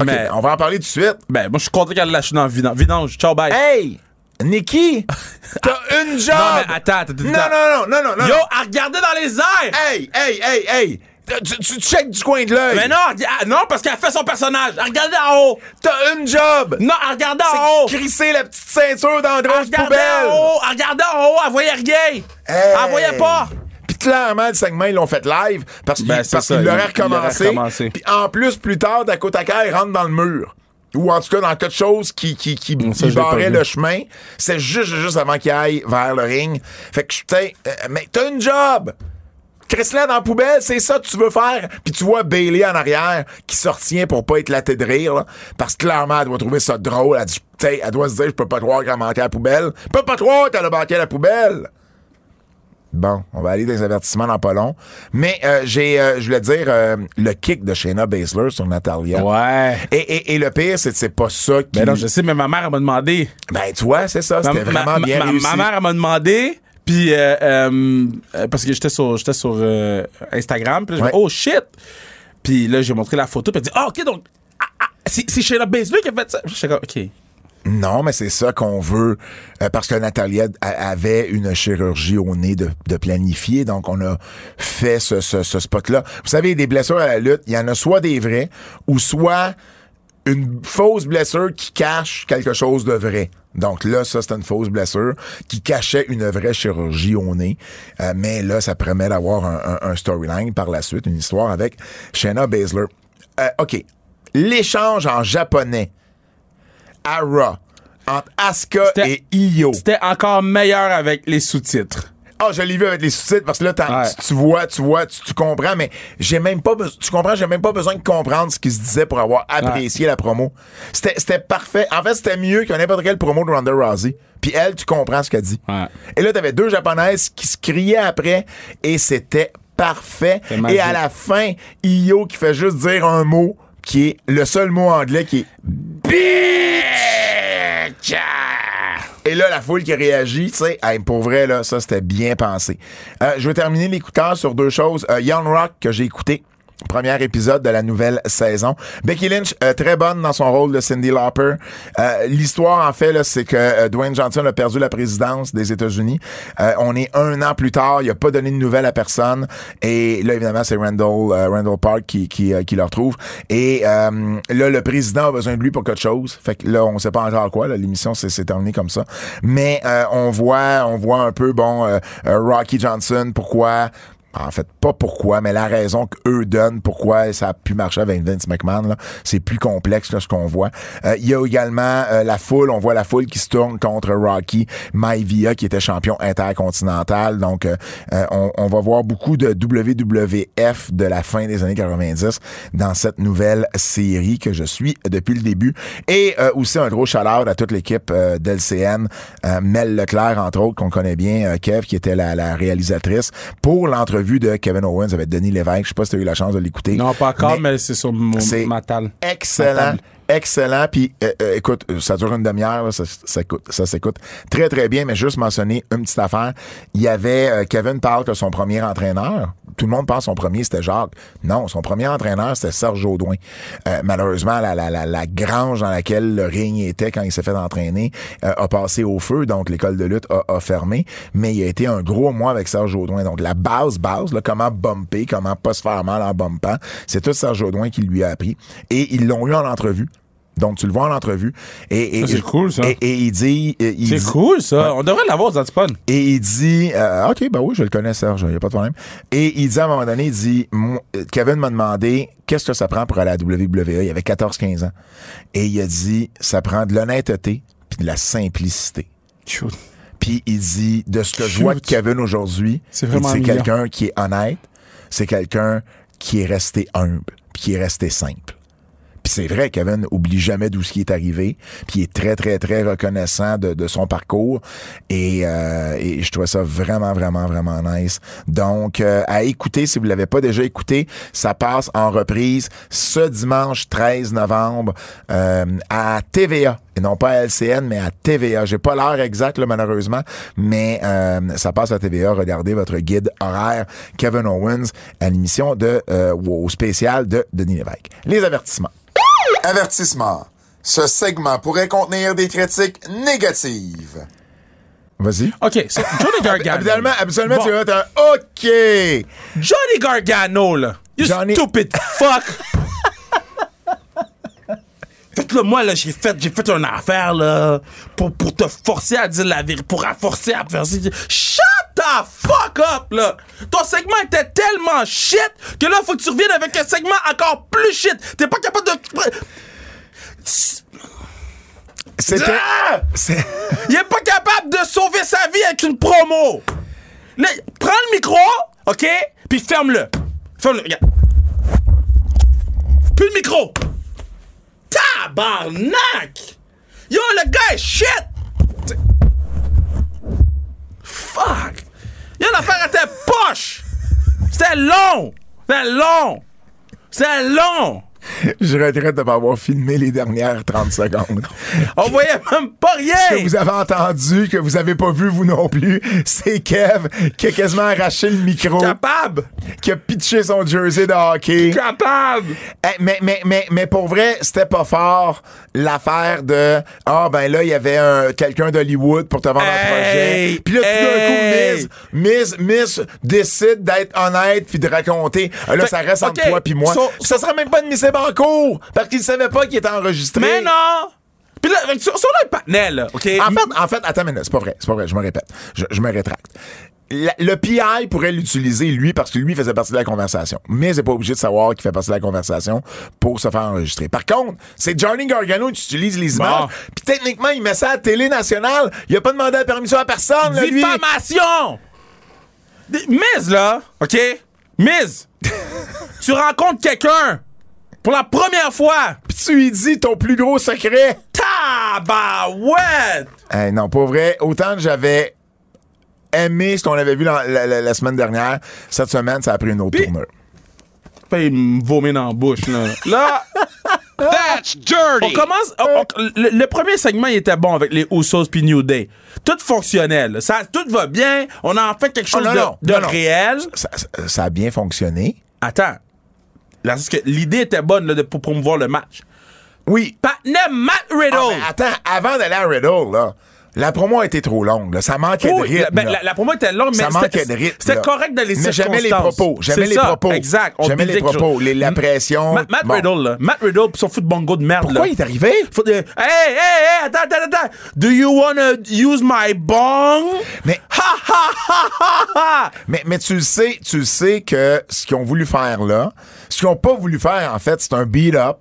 ok, Mais- on va en parler tout de suite. Ben, moi, je suis content qu'elle lâche dans le vidange. Vidange, ciao, bye. Hey! Nikki! T'as une job! non, mais attends, attends, attends. Non, non, non, non, non, non. Yo, à regarder dans les airs! Hey, hey, hey, hey! Tu, tu checkes du coin de l'œil! Mais non, elle- ah, non, parce qu'elle fait son personnage. Elle regarde en haut. T'as une job! Non, Ah, elle regarde C'est en haut. Crisser la petite ceinture dans la Elle grosse regardait en poubelle! haut. Elle regardait en haut. Elle voyait rien. Hey. oh, Elle voyait pas. Puis clairement, le segment, ils l'ont fait live parce qu'ils Ben, c'est parce ça, qu'ils l'auraient ils- ils l'auraient recommencé. recommencé. Puis en plus, plus tard, Dakota Kai rentre dans le mur. Ou en tout cas, dans quelque chose qui, qui, qui, ça, qui je l'ai pas barrait vu. le chemin. C'est juste, juste avant qu'il aille vers le ring. Fait que, putain, euh, mais t'as une job! Chrysler dans la poubelle, c'est ça que tu veux faire. Puis tu vois Bailey en arrière qui se retient pour pas éclater de rire, là, parce que clairement, elle doit trouver ça drôle. Elle, dit, Putain, elle doit se dire, je peux pas croire qu'elle a manqué la poubelle. Je peux pas croire qu'elle a manqué la poubelle. Bon, on va aller dans les avertissements dans pas long. Mais euh, j'ai, euh, je voulais dire, euh, le kick de Shayna Baszler sur Natalia. Ouais. Et, et- et le pire, c'est que c'est pas ça qui... Ben non, je sais, mais ma mère, elle m'a demandé. Ben, tu vois, c'est ça, c'était ma, vraiment ma- bien ma- réussi. ma mère, elle m'a demandé, puis euh, euh, euh, parce que j'étais sur, j'étais sur euh, Instagram, puis là, je Ouais. me oh shit! Puis là, j'ai montré la photo, puis elle dit, ah, ok, donc, ah, ah, c'est c'est Sheila Baszler qui a fait ça. Puis J'étais comme, ok. Oh. Non, mais c'est ça qu'on veut. euh, parce que Natalia a- avait une chirurgie au nez de, de planifier. Donc, on a fait ce, ce- ce spot-là. Vous savez, des blessures à la lutte, il y en a soit des vrais ou soit une fausse blessure qui cache quelque chose de vrai. Donc là, ça, c'était une fausse blessure qui cachait une vraie chirurgie au nez. Euh, mais là, ça permet d'avoir un, un- un storyline par la suite, une histoire avec Shayna Baszler. Euh, OK. L'échange en japonais à Raw entre Asuka C'était- et Io. C'était encore meilleur avec les sous-titres. Ah, je l'ai vu avec les sous-titres parce que là, t'as- Ouais. tu, tu vois, tu vois, tu, tu comprends, mais j'ai même pas besoin, tu comprends, j'ai même pas besoin de comprendre ce qui se disait pour avoir apprécié la promo. C'était c'était parfait. En fait, c'était mieux que n'importe quelle promo de Ronda Rousey. Puis elle, tu comprends ce qu'elle dit. Ouais. Et là, t'avais deux japonaises qui se criaient après et c'était parfait. C'était magique. Et à la fin, Io qui fait juste dire un mot qui est le seul mot anglais qui est bitch. Et là, la foule qui réagit, tu sais, hey, pour vrai, là, ça, c'était bien pensé. Euh, je vais terminer l'écouteur sur deux choses. Euh, Young Rock, que j'ai écouté, Premier épisode de la nouvelle saison. Becky Lynch, euh, très bonne dans son rôle de Cindy Lauper. Euh, L'histoire, en fait, là, c'est que euh, Dwayne Johnson a perdu la présidence des États-Unis. Euh, on est un an plus tard, il a pas donné de nouvelles à personne. Et là, évidemment, c'est Randall, euh, Randall Park qui, qui, euh, qui le retrouve. Et euh, là, le président a besoin de lui pour quelque chose. Fait que là, on sait pas encore quoi. là. L'émission s'est s'est terminée comme ça. Mais euh, on voit on voit un peu, bon, euh, euh, Rocky Johnson, pourquoi... En fait, pas pourquoi, mais la raison qu'eux donnent pourquoi ça a pu marcher avec Vince McMahon, là, c'est plus complexe là, ce qu'on voit. Euh, Il y a également euh, la foule, on voit la foule qui se tourne contre Rocky Maivia, qui était champion intercontinental. Donc, euh, euh, on, on va voir beaucoup de WWF de la fin des années 90 dans cette nouvelle série que je suis depuis le début. Et euh, aussi un gros chaleur à toute l'équipe euh, d'LCN, euh, Mel Leclerc, entre autres, qu'on connaît bien, euh, Kev, qui était la, la réalisatrice, pour l'entrevue de Kevin Owens avec Denis Lévesque. Je sais pas si tu as eu la chance de l'écouter. Non, pas encore, Mais- mais, c'est sur mon, c'est- ma table. excellent. Excellent, puis euh, euh, écoute, euh, ça dure une demi-heure, là, ça, ça, coûte- ça s'écoute très très bien, mais juste mentionner une petite affaire. Il y avait, euh, Kevin parle que son premier entraîneur, tout le monde pense son premier c'était Jacques. Non, son premier entraîneur c'était Serge Audouin. Euh, malheureusement, la, la, la, la grange dans laquelle le ring était quand il s'est fait entraîner euh, a passé au feu, donc l'école de lutte a, a fermé, mais il a été un gros mois avec Serge Audouin. Donc la base, base, là, comment bumper, comment pas se faire mal en bumpant, c'est tout Serge Audouin qui lui a appris. Et ils l'ont eu en entrevue. Donc tu le vois en entrevue. Et, et- Ça, c'est cool, ça. Et, et il dit... et il C'est dit- cool, ça. On devrait l'avoir aux antipodes. et il dit, euh, OK, bah oui, je le connais, Serge, il n'y a pas de problème. Et il dit à un moment donné, il dit, Moi, euh, Kevin m'a demandé, qu'est-ce que ça prend pour aller à la WWE? Il avait 14-15 ans. Et il a dit, ça prend de l'honnêteté puis de la simplicité. Puis il dit, de ce que je Cute. vois de Kevin aujourd'hui, C'est il dit, vraiment c'est mignon. quelqu'un qui est honnête, c'est quelqu'un qui est resté humble, puis qui est resté simple. Puis c'est vrai, Kevin oublie jamais d'où ce qui est arrivé. Puis il est très, très, très reconnaissant de, de son parcours. Et, euh, et je trouvais ça vraiment, vraiment, vraiment nice. Donc, euh, à écouter, si vous l'avez pas déjà écouté, ça passe en reprise ce dimanche 13 novembre euh, à TVA. Et non pas à LCN, mais à TVA. J'ai pas l'heure exacte, là, malheureusement, mais euh, ça passe à TVA. Regardez votre guide horaire, Kevin Owens, à l'émission de euh, ou au spécial de Denis Lévesque. Les avertissements. Avertissement. Ce segment pourrait contenir des critiques négatives. Vas-y. OK, so, Johnny Gargano. Habituellement, habituellement Bon. tu vas être un OK. Johnny Gargano, là. You Johnny- stupid fuck. Faites-le, moi, là, j'ai fait, j'ai fait une affaire, là, pour, pour te forcer à dire la vérité, pour à forcer à faire ci. Shut the fuck up, là. Ton segment était tellement shit que là, faut que tu reviennes avec un segment encore plus shit. T'es pas capable de. C'était. Ah! C'est- Il est pas capable de sauver sa vie avec une promo. Là, prends le micro, OK? Puis ferme-le. Ferme-le, regarde. Plus le micro. Tabarnak! Yo, le gars est shit! T'sais. Fuck! Yo, l'affaire était poche! C'était long! C'était long! C'était long! Je regrette de ne pas avoir filmé les dernières 30 secondes. On voyait même pas rien! Ce que vous avez entendu, que vous avez pas vu vous non plus, c'est Kev qui a quasiment arraché le micro, Capable! qui a pitché son jersey de hockey. Capable! Eh, mais, mais, mais, mais pour vrai, c'était pas fort l'affaire de Ah ben là, il y avait un- quelqu'un d'Hollywood pour te vendre un Hey! projet. Puis là, tout Hey! d'un coup, Miss, Miss, Miss décide d'être honnête puis de raconter. Ah, Là, Fait- ça reste entre OK. toi puis moi. So- ça serait même pas de Miss Banco parce qu'il savait pas qu'il était enregistré. Mais non! Puis là, sur, sur le panel, là, OK? En fait, en fait, attends une minute, c'est pas vrai, c'est pas vrai, je me répète. Je, je me rétracte. La- le PI pourrait l'utiliser, lui, parce que lui faisait partie de la conversation. Mais c'est pas obligé de savoir qu'il fait partie de la conversation pour se faire enregistrer. Par contre, c'est Johnny Gargano qui utilise les images. Puis techniquement, il met ça à la télé nationale. Il a pas demandé la permission à personne, là, lui. Diffamation! Des- Miz, là, OK? Miz, tu rencontres quelqu'un pour la première fois. Puis tu lui dis ton plus gros secret. Tabarouette! Eh, non, pour vrai, autant que j'avais aimé ce qu'on avait vu la, la- la- la semaine dernière, cette semaine, ça a pris une autre tournure. Fait, il me vomit dans la bouche, là. Là, That's on dirty. commence... on- on- le, le premier segment, il était bon avec les Usos puis New Day. Tout fonctionnel. Ça, tout va bien. Oh, On a en fait quelque chose non, de, non, de non, non. réel. Ça- ça- ça a bien fonctionné. Attends. Là, c'est que l'idée était bonne là, de, pour promouvoir le match. Oui. Patna Matt Riddle! Ah, mais attends, avant d'aller à Riddle, là, la promo a été trop longue. là. Ça manquait Oui, de rythme. la- ben, là. la- la promo était longue, mais ça c'était- manquait de rythme. c'était là. correct dans les Mais jamais les circonstances. propos. Jamais C'est les ça, propos. exact. On Jamais les bidait quelque propos. chose. les- la pression. Ma- Matt Bon. Riddle, là. Matt Riddle, pis son foot bongo de merde, Pourquoi là. il est arrivé? Faut- euh, hey, hey, hey, attends, attends, attends. Do you wanna use my bong? Mais- Ha, ha, ha, ha, ha. Mais, mais tu le sais, tu le sais que ce qu'ils ont voulu faire là, ce qu'ils ont pas voulu faire, en fait, c'est un beat-up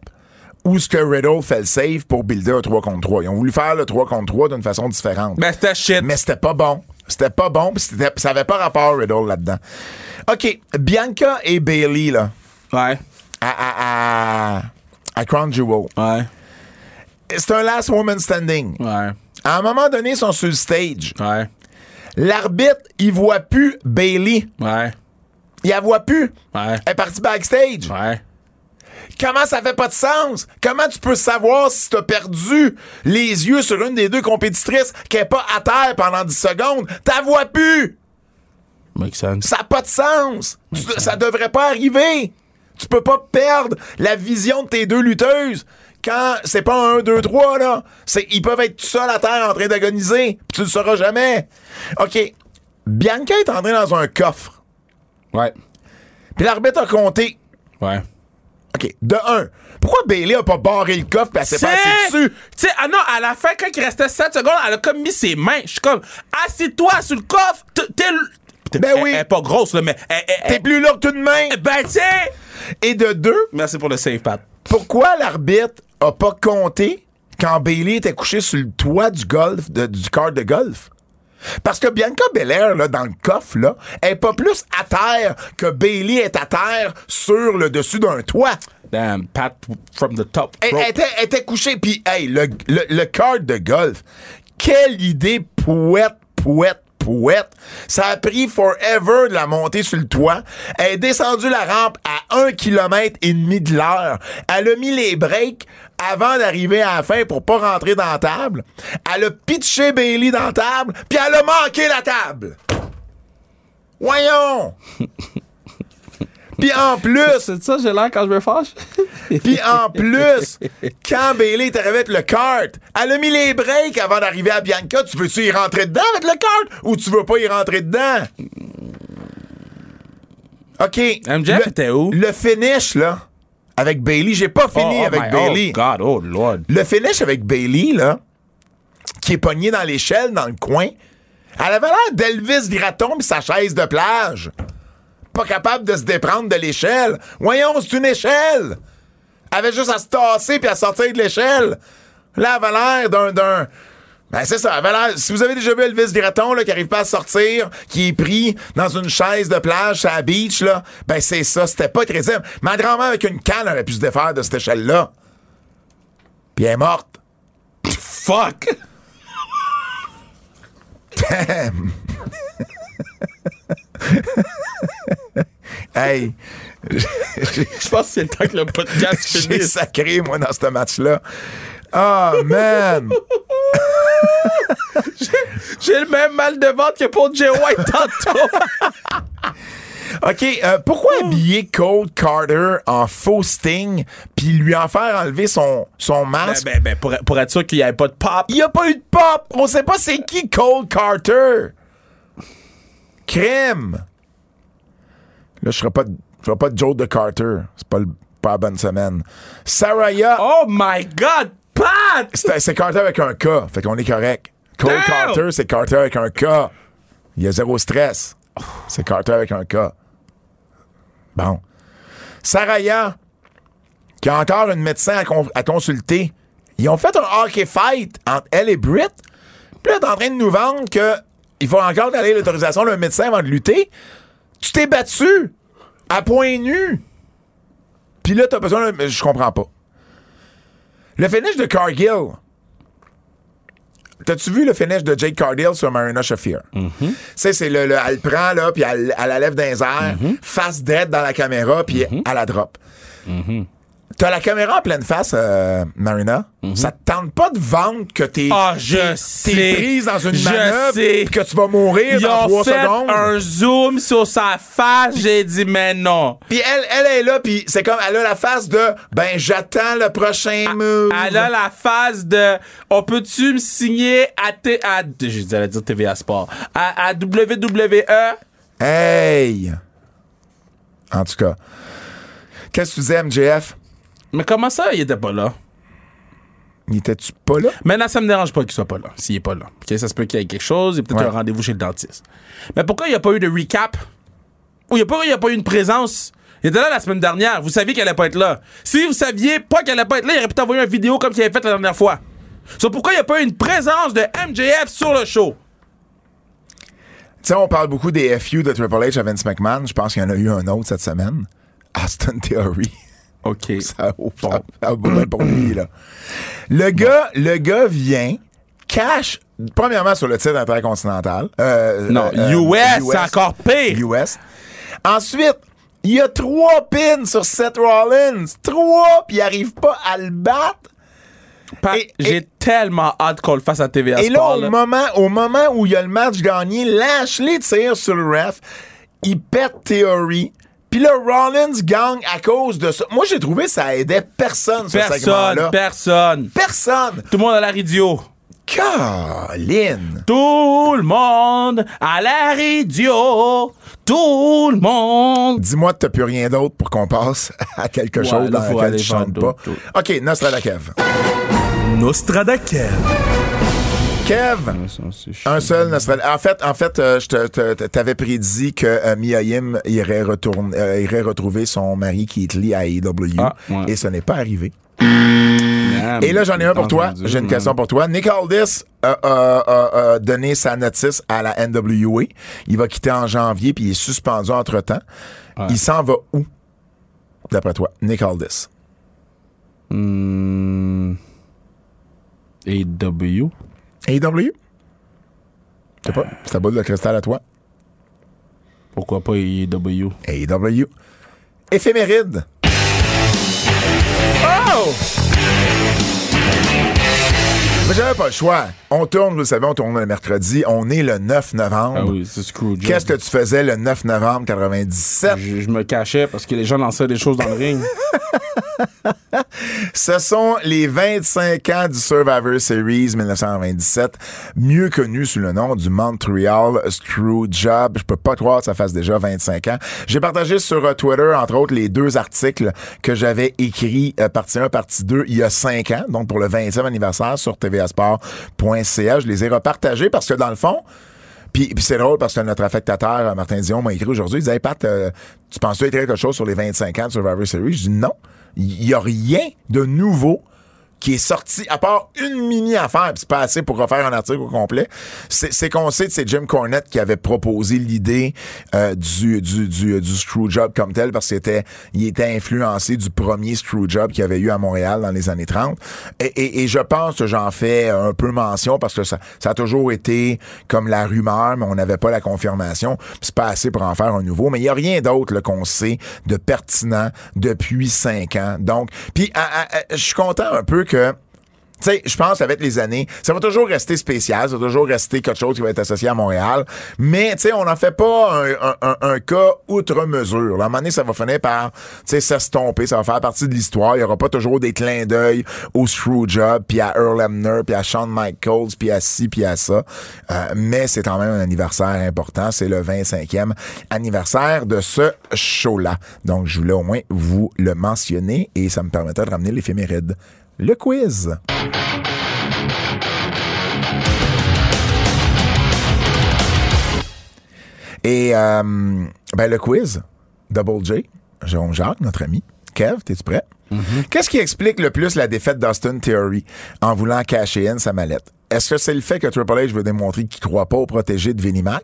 où ce que Riddle fait le save pour builder un 3 contre 3. Ils ont voulu faire le 3 contre 3 d'une façon différente. Ben, c'était shit. Mais c'était pas bon. C'était pas bon, pis c'était- ça avait pas rapport Riddle là-dedans. OK, Bianca et Bailey là, Ouais. à, à, à, à Crown Jewel. Ouais. C'est un last woman standing. Ouais. À un moment donné, ils sont sur le stage. Ouais. L'arbitre, il voit plus Bailey. Ouais. Il la voit plus. Ouais. Elle est partie backstage. Ouais. Comment ça fait pas de sens? Comment tu peux savoir si t'as perdu les yeux sur une des deux compétitrices qui est pas à terre pendant 10 secondes? T'as vois plus! Makes sense. Ça n'a pas de sens! Tu- ça devrait pas arriver! Tu peux pas perdre la vision de tes deux lutteuses quand c'est pas un 1, 2, 3, là. C'est- ils peuvent être tout seuls à terre en train d'agoniser, puis tu le sauras jamais. OK. Bianca est entrée dans un coffre, Ouais. puis l'arbitre a compté Ouais. OK. De un, pourquoi Bailey a pas barré le coffre pis elle s'est pas assise Tu dessus? sais, ah non, à la fin, quand il restait 7 secondes, elle a comme mis ses mains. Je suis comme, assis-toi sur le coffre. T- T'es. l- T'es- Ben elle- oui. Elle est pas grosse, là, mais. elle- elle- T'es plus là que tout de main! elle- Euh, Ben, tiens! Et de deux, Merci pour le save, Pat. pourquoi l'arbitre a pas compté quand Bailey était couché sur le toit du golf, de- du quart de golf? Parce que Bianca Belair, là, dans le coffre, là, elle est pas plus à terre que Bailey est à terre sur le dessus d'un toit. Damn, Pat from the top. Elle, bro. elle était, elle était couchée, puis hey, le, le, le card de golf, quelle idée pouette, pouette, pouette. Ça a pris forever de la monter sur le toit. Elle est descendue la rampe à 1 km et demi de l'heure. Elle a mis les breaks avant d'arriver à la fin pour pas rentrer dans la table. Elle a pitché Bailey dans la table, puis elle a manqué la table. Voyons! Puis en plus, C'est ça, j'ai l'air quand je me fâche? puis en plus, quand Bailey est arrivée avec le kart, elle a mis les breaks avant d'arriver à Bianca. Tu veux-tu y rentrer dedans avec le kart ou tu veux pas y rentrer dedans? OK. MJF le, était où? Le finish, là, avec Bailey. J'ai pas fini avec my- Bailey. Oh, God, oh, Lord. Le finish avec Bailey, là, qui est pogné dans l'échelle, dans le coin, elle avait l'air d'Elvis Gratton pis sa chaise de plage. Pas capable de se déprendre de l'échelle. Voyons, c'est une échelle! Elle avait juste à se tasser puis à sortir de l'échelle. Là, elle avait l'air d'un... d'un ben c'est ça, elle avait l'air- si vous avez déjà vu Elvis Gratton là, qui arrive pas à sortir, qui est pris dans une chaise de plage à la beach, là, ben c'est ça, c'était pas crédible. Ma grand-mère avec une canne aurait pu se défaire de cette échelle-là. Puis elle est morte. Fuck! Hey, Je pense que c'est le temps que le podcast j'ai finisse. sacré, moi, dans ce match-là. Ah, man! J'ai le même mal de ventre que pour Jay White tantôt. OK, euh, pourquoi habiller Cole Carter en faux sting puis lui en faire enlever son, son masque? ben, ben, pour, pour être sûr qu'il n'y avait pas de pop. Il n'y a pas eu de pop! On sait pas c'est qui Cole Carter! Crème! Là, je ne pas, de- je ferai pas de Joe de Carter. C'est pas, le- pas la bonne semaine. Saraya, Oh my God, Pat! C'est c'est Carter avec un K. Fait qu'on est correct. Cole Damn! Carter, c'est Carter avec un K. Il y a zéro stress. C'est Carter avec un K. Bon. Saraya, qui a encore une médecin à, con- à consulter, ils ont fait un hockey fight entre elle et Britt. Puis là, t'es en train de nous vendre que il faut encore donner l'autorisation d'un médecin avant de lutter. Tu t'es battu à point nu. Puis là, t'as besoin d'un. Je comprends pas. Le finish de Cargill. T'as-tu vu le finish de Jake Cargill sur Marina Shafir? Mhm. Tu sais, c'est le, le- Elle le prend, là, puis Mhm. Mhm. elle, elle la lève dans les airs, face dead dans la caméra, puis elle la drop. T'as la caméra en pleine face, euh, Marina. Ça te tente pas de vendre que t'es Mhm. Ah, je t'es- sais. t'es prise dans une Je manœuvre sais. pis que tu vas mourir Ils dans ont trois fait secondes. un zoom sur sa face, j'ai dit mais non. Puis elle, elle est là, puis c'est comme elle a la face de ben j'attends le prochain move. Ah, Elle a la phase de on peut-tu me signer à T à je disais à dire TVA Sport à, E. à WWE Hey! En tout cas. Qu'est-ce que tu disais, MJF? mais comment ça il était pas là N'étais-tu pas là? Maintenant, ça me dérange pas qu'il soit pas là, s'il est pas là. Ok, ça se peut qu'il y ait quelque chose, il y a peut-être Ouais. un rendez-vous chez le dentiste. Mais pourquoi il n'y a pas eu de recap? Ou il n'y a, pas- il y a pas eu une présence? Il était là la semaine dernière, vous saviez qu'elle allait pas être là. Si vous saviez pas qu'elle allait pas être là, il aurait pu t'envoyer une vidéo comme il avait fait la dernière fois. So, pourquoi il n'y a pas eu une présence de MJF sur le show? Tu sais, on parle beaucoup des FU de Triple H à Vince McMahon. Je pense qu'il y en a eu un autre cette semaine. Austin Theory. OK. Ça a au- ça a au bout pour lui, là. Le gars, le gars vient, cache, premièrement sur le titre intercontinental. Euh, Non, euh, euh, US, c'est encore pire. US. Ensuite, il y a trois pins sur Seth Rollins. Trois, puis il arrive pas à le battre. Pa- Et- J'ai et- tellement hâte qu'on le fasse à TVA Et là, Sport. au là. moment, au moment où il y a le match gagné, Lashley tire sur le ref, il pète Theory. Puis là, Rollins gagne à cause de ça. Moi, j'ai trouvé ça aidait personne, ce segment-là. Personne, personne. personne. Tout le monde a l'air idiot. Caroline. Tout le monde à la radio. Tout le monde. Dis-moi que t'as plus rien d'autre pour qu'on passe à quelque chose là, dans faut lequel aller tu chantes voir pas. d'autres OK, Nostrada Kev. Nostradakev. Kev, un seul Nostrada. En fait, en fait, euh, je te- te- te- t'avais prédit que euh, Mia Yim irait, retourner, euh, irait retrouver son mari Keith Lee à AEW. Ah, ouais. Ah, Et ce n'est pas arrivé. Et là, j'en ai un pour toi. J'ai une question pour toi. Nick Aldis euh, a, a- a- a euh, donné sa notice à la NWA. Il va quitter en janvier, puis il est suspendu entre-temps. Il s'en va où, d'après toi, Nick Aldis? Et Hmm. W. AEW? E Je sais Euh. pas. C'est ta boule de cristal à toi. Pourquoi pas W? AEW. E Éphéméride. Oh! Mais j'avais pas le choix. On tourne, vous le savez, on tourne le mercredi. On est le 9 novembre. Ah oui, c'est Scrooge. Qu'est-ce que tu faisais le 9 novembre 97? je, je me cachais parce que les gens lançaient des choses dans le ring. Ce sont les 25 ans du Survivor Series 1927, mieux connu sous le nom du Montreal Screwjob. Je peux pas croire que ça fasse déjà 25 ans. J'ai partagé sur euh, Twitter, entre autres, les deux articles que j'avais écrits, euh, partie 1, partie 2, il y a 5 ans, donc pour le 20e anniversaire sur tvasport.ca. Je les ai repartagés parce que, dans le fond, puis, puis c'est drôle parce que notre affectateur, euh, Martin Dion, m'a écrit aujourd'hui. Il disait, hey Pat, euh, tu penses-tu écrire quelque chose sur les 25 ans de Survivor Series? Je dis non. Il n'y a rien de nouveau qui est sorti, à part une mini-affaire, puis c'est pas assez pour refaire un article au complet. C'est c'est qu'on sait que c'est Jim Cornette qui avait proposé l'idée euh, du, du, du, du Screwjob comme tel, parce qu'il était, il était influencé du premier Screwjob qu'il y avait eu à Montréal dans les années 30. Et, et- et je pense que j'en fais un peu mention, parce que ça, ça a toujours été comme la rumeur, mais on n'avait pas la confirmation. Puis C'est pas assez pour en faire un nouveau. Mais il n'y a rien d'autre là, qu'on sait de pertinent depuis cinq ans. Donc, puis à- à- à- je suis content un peu que. Tu sais, je pense avec les années, ça va toujours rester spécial, ça va toujours rester quelque chose qui va être associé à Montréal. Mais tu sais, on n'en fait pas un, un- un- un cas outre mesure. Là, à un moment donné, ça va finir par tu sais s'estomper, ça va faire partie de l'histoire. Il n'y aura pas toujours des clins d'œil au Screwjob, puis à Earl Hebner, puis à Shawn Michaels, puis à ci, puis à ça. Euh, mais c'est quand même un anniversaire important. C'est le 25e anniversaire de ce show-là. Donc, je voulais au moins vous le mentionner et ça me permettait de ramener l'éphéméride. Le quiz. Et euh, ben, le quiz, Double J, Jérôme Jacques, notre ami. Kev, t'es-tu Mm-hmm. prêt? Qu'est-ce qui explique le plus la défaite d'Austin Theory en voulant cacher in sa mallette? Est-ce que c'est le fait que Triple H veut démontrer qu'il ne croit pas au protégé de Vinnie Mac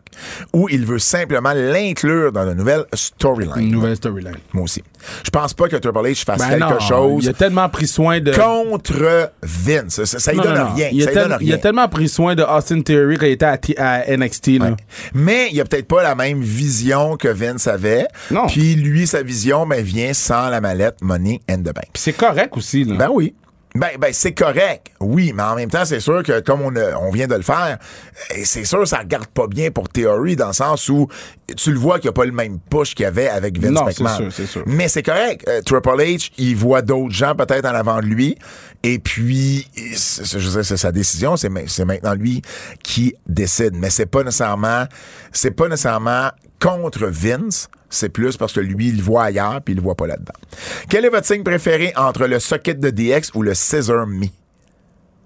ou il veut simplement l'inclure dans la nouvelle storyline? Une nouvelle storyline. Moi aussi. Je pense pas que Triple H fasse Mm. Ben quelque non, chose Il a tellement pris soin de. contre Vince. Ça, ça, lui Non, non, donne non. rien. Il, ça a lui tel- donne il a rien. tellement pris soin de Austin Theory quand il était à, T- à NXT. là. Ouais. Mais il a peut-être pas la même vision que Vince avait. Non. Puis lui, sa vision, ben, vient sans la mallette Money and the Bank. Puis c'est correct aussi. Là. Ben oui. Ben, ben c'est correct, oui, mais en même temps, c'est sûr que comme on, a- on vient de le faire, eh, c'est sûr ça regarde pas bien pour Theory dans le sens où tu le vois qu'il n'y a pas le même push qu'il y avait avec Vince Non, c'est McMahon. sûr, c'est sûr. Mais c'est correct. Euh, Triple H, il voit d'autres gens peut-être en avant de lui, et puis il- c'est- c'est- je veux dire, c'est sa décision, c'est ma- c'est maintenant lui qui décide. Mais c'est pas nécessairement, c'est pas nécessairement contre Vince. C'est plus parce que lui, il le voit ailleurs, puis il le voit pas là-dedans. Quel est votre signe préféré entre le socket de DX ou le Scissor Me?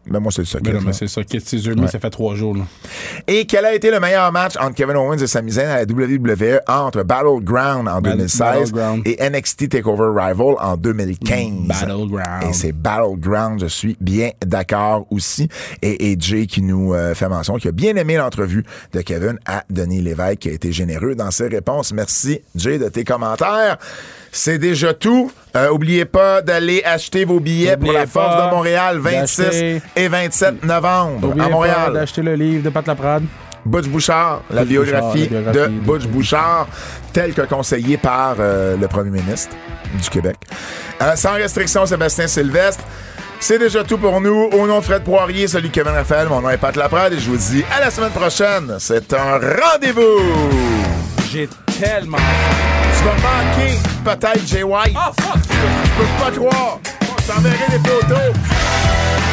Ben moi, c'est le socket. Mais non, mais là. c'est ça. Qu'est-ce que c'est, Jeremy, ça fait trois jours. Là. et quel a été le meilleur match entre Kevin Owens et Sami Zayn à la WWE entre Battleground en Bat- 2016 Battleground. Mm, et NXT TakeOver Rival en 2015? Battleground. Et c'est Battleground, je suis bien d'accord aussi. Et, et Jay qui nous euh, fait mention, qui a bien aimé l'entrevue de Kevin à Denis Lévesque, qui a été généreux dans ses réponses. Merci, Jay, de tes commentaires. C'est déjà tout. Euh, oubliez pas d'aller acheter vos billets pour Oubliez la Force pas de Montréal 26 d'acheter- et 27 novembre à Oubliez pas Montréal. d'acheter le livre de Pat Laprade. Butch Bouchard, la Butch biographie, Bouchard, la biographie de de- Butch Bouchard, telle que conseillée par euh, le premier ministre du Québec. Euh, sans restriction, Sébastien Sylvestre. C'est déjà tout pour nous. Au nom de Fred Poirier, celui de Kevin Raphaël, mon nom est Pat Laprade et je vous dis à la semaine prochaine. C'est un rendez-vous. J'ai tellement. Tu vas manquer peut-être Jay White. Ah, fuck! Je peux pas croire. Je t'enverrai des photos.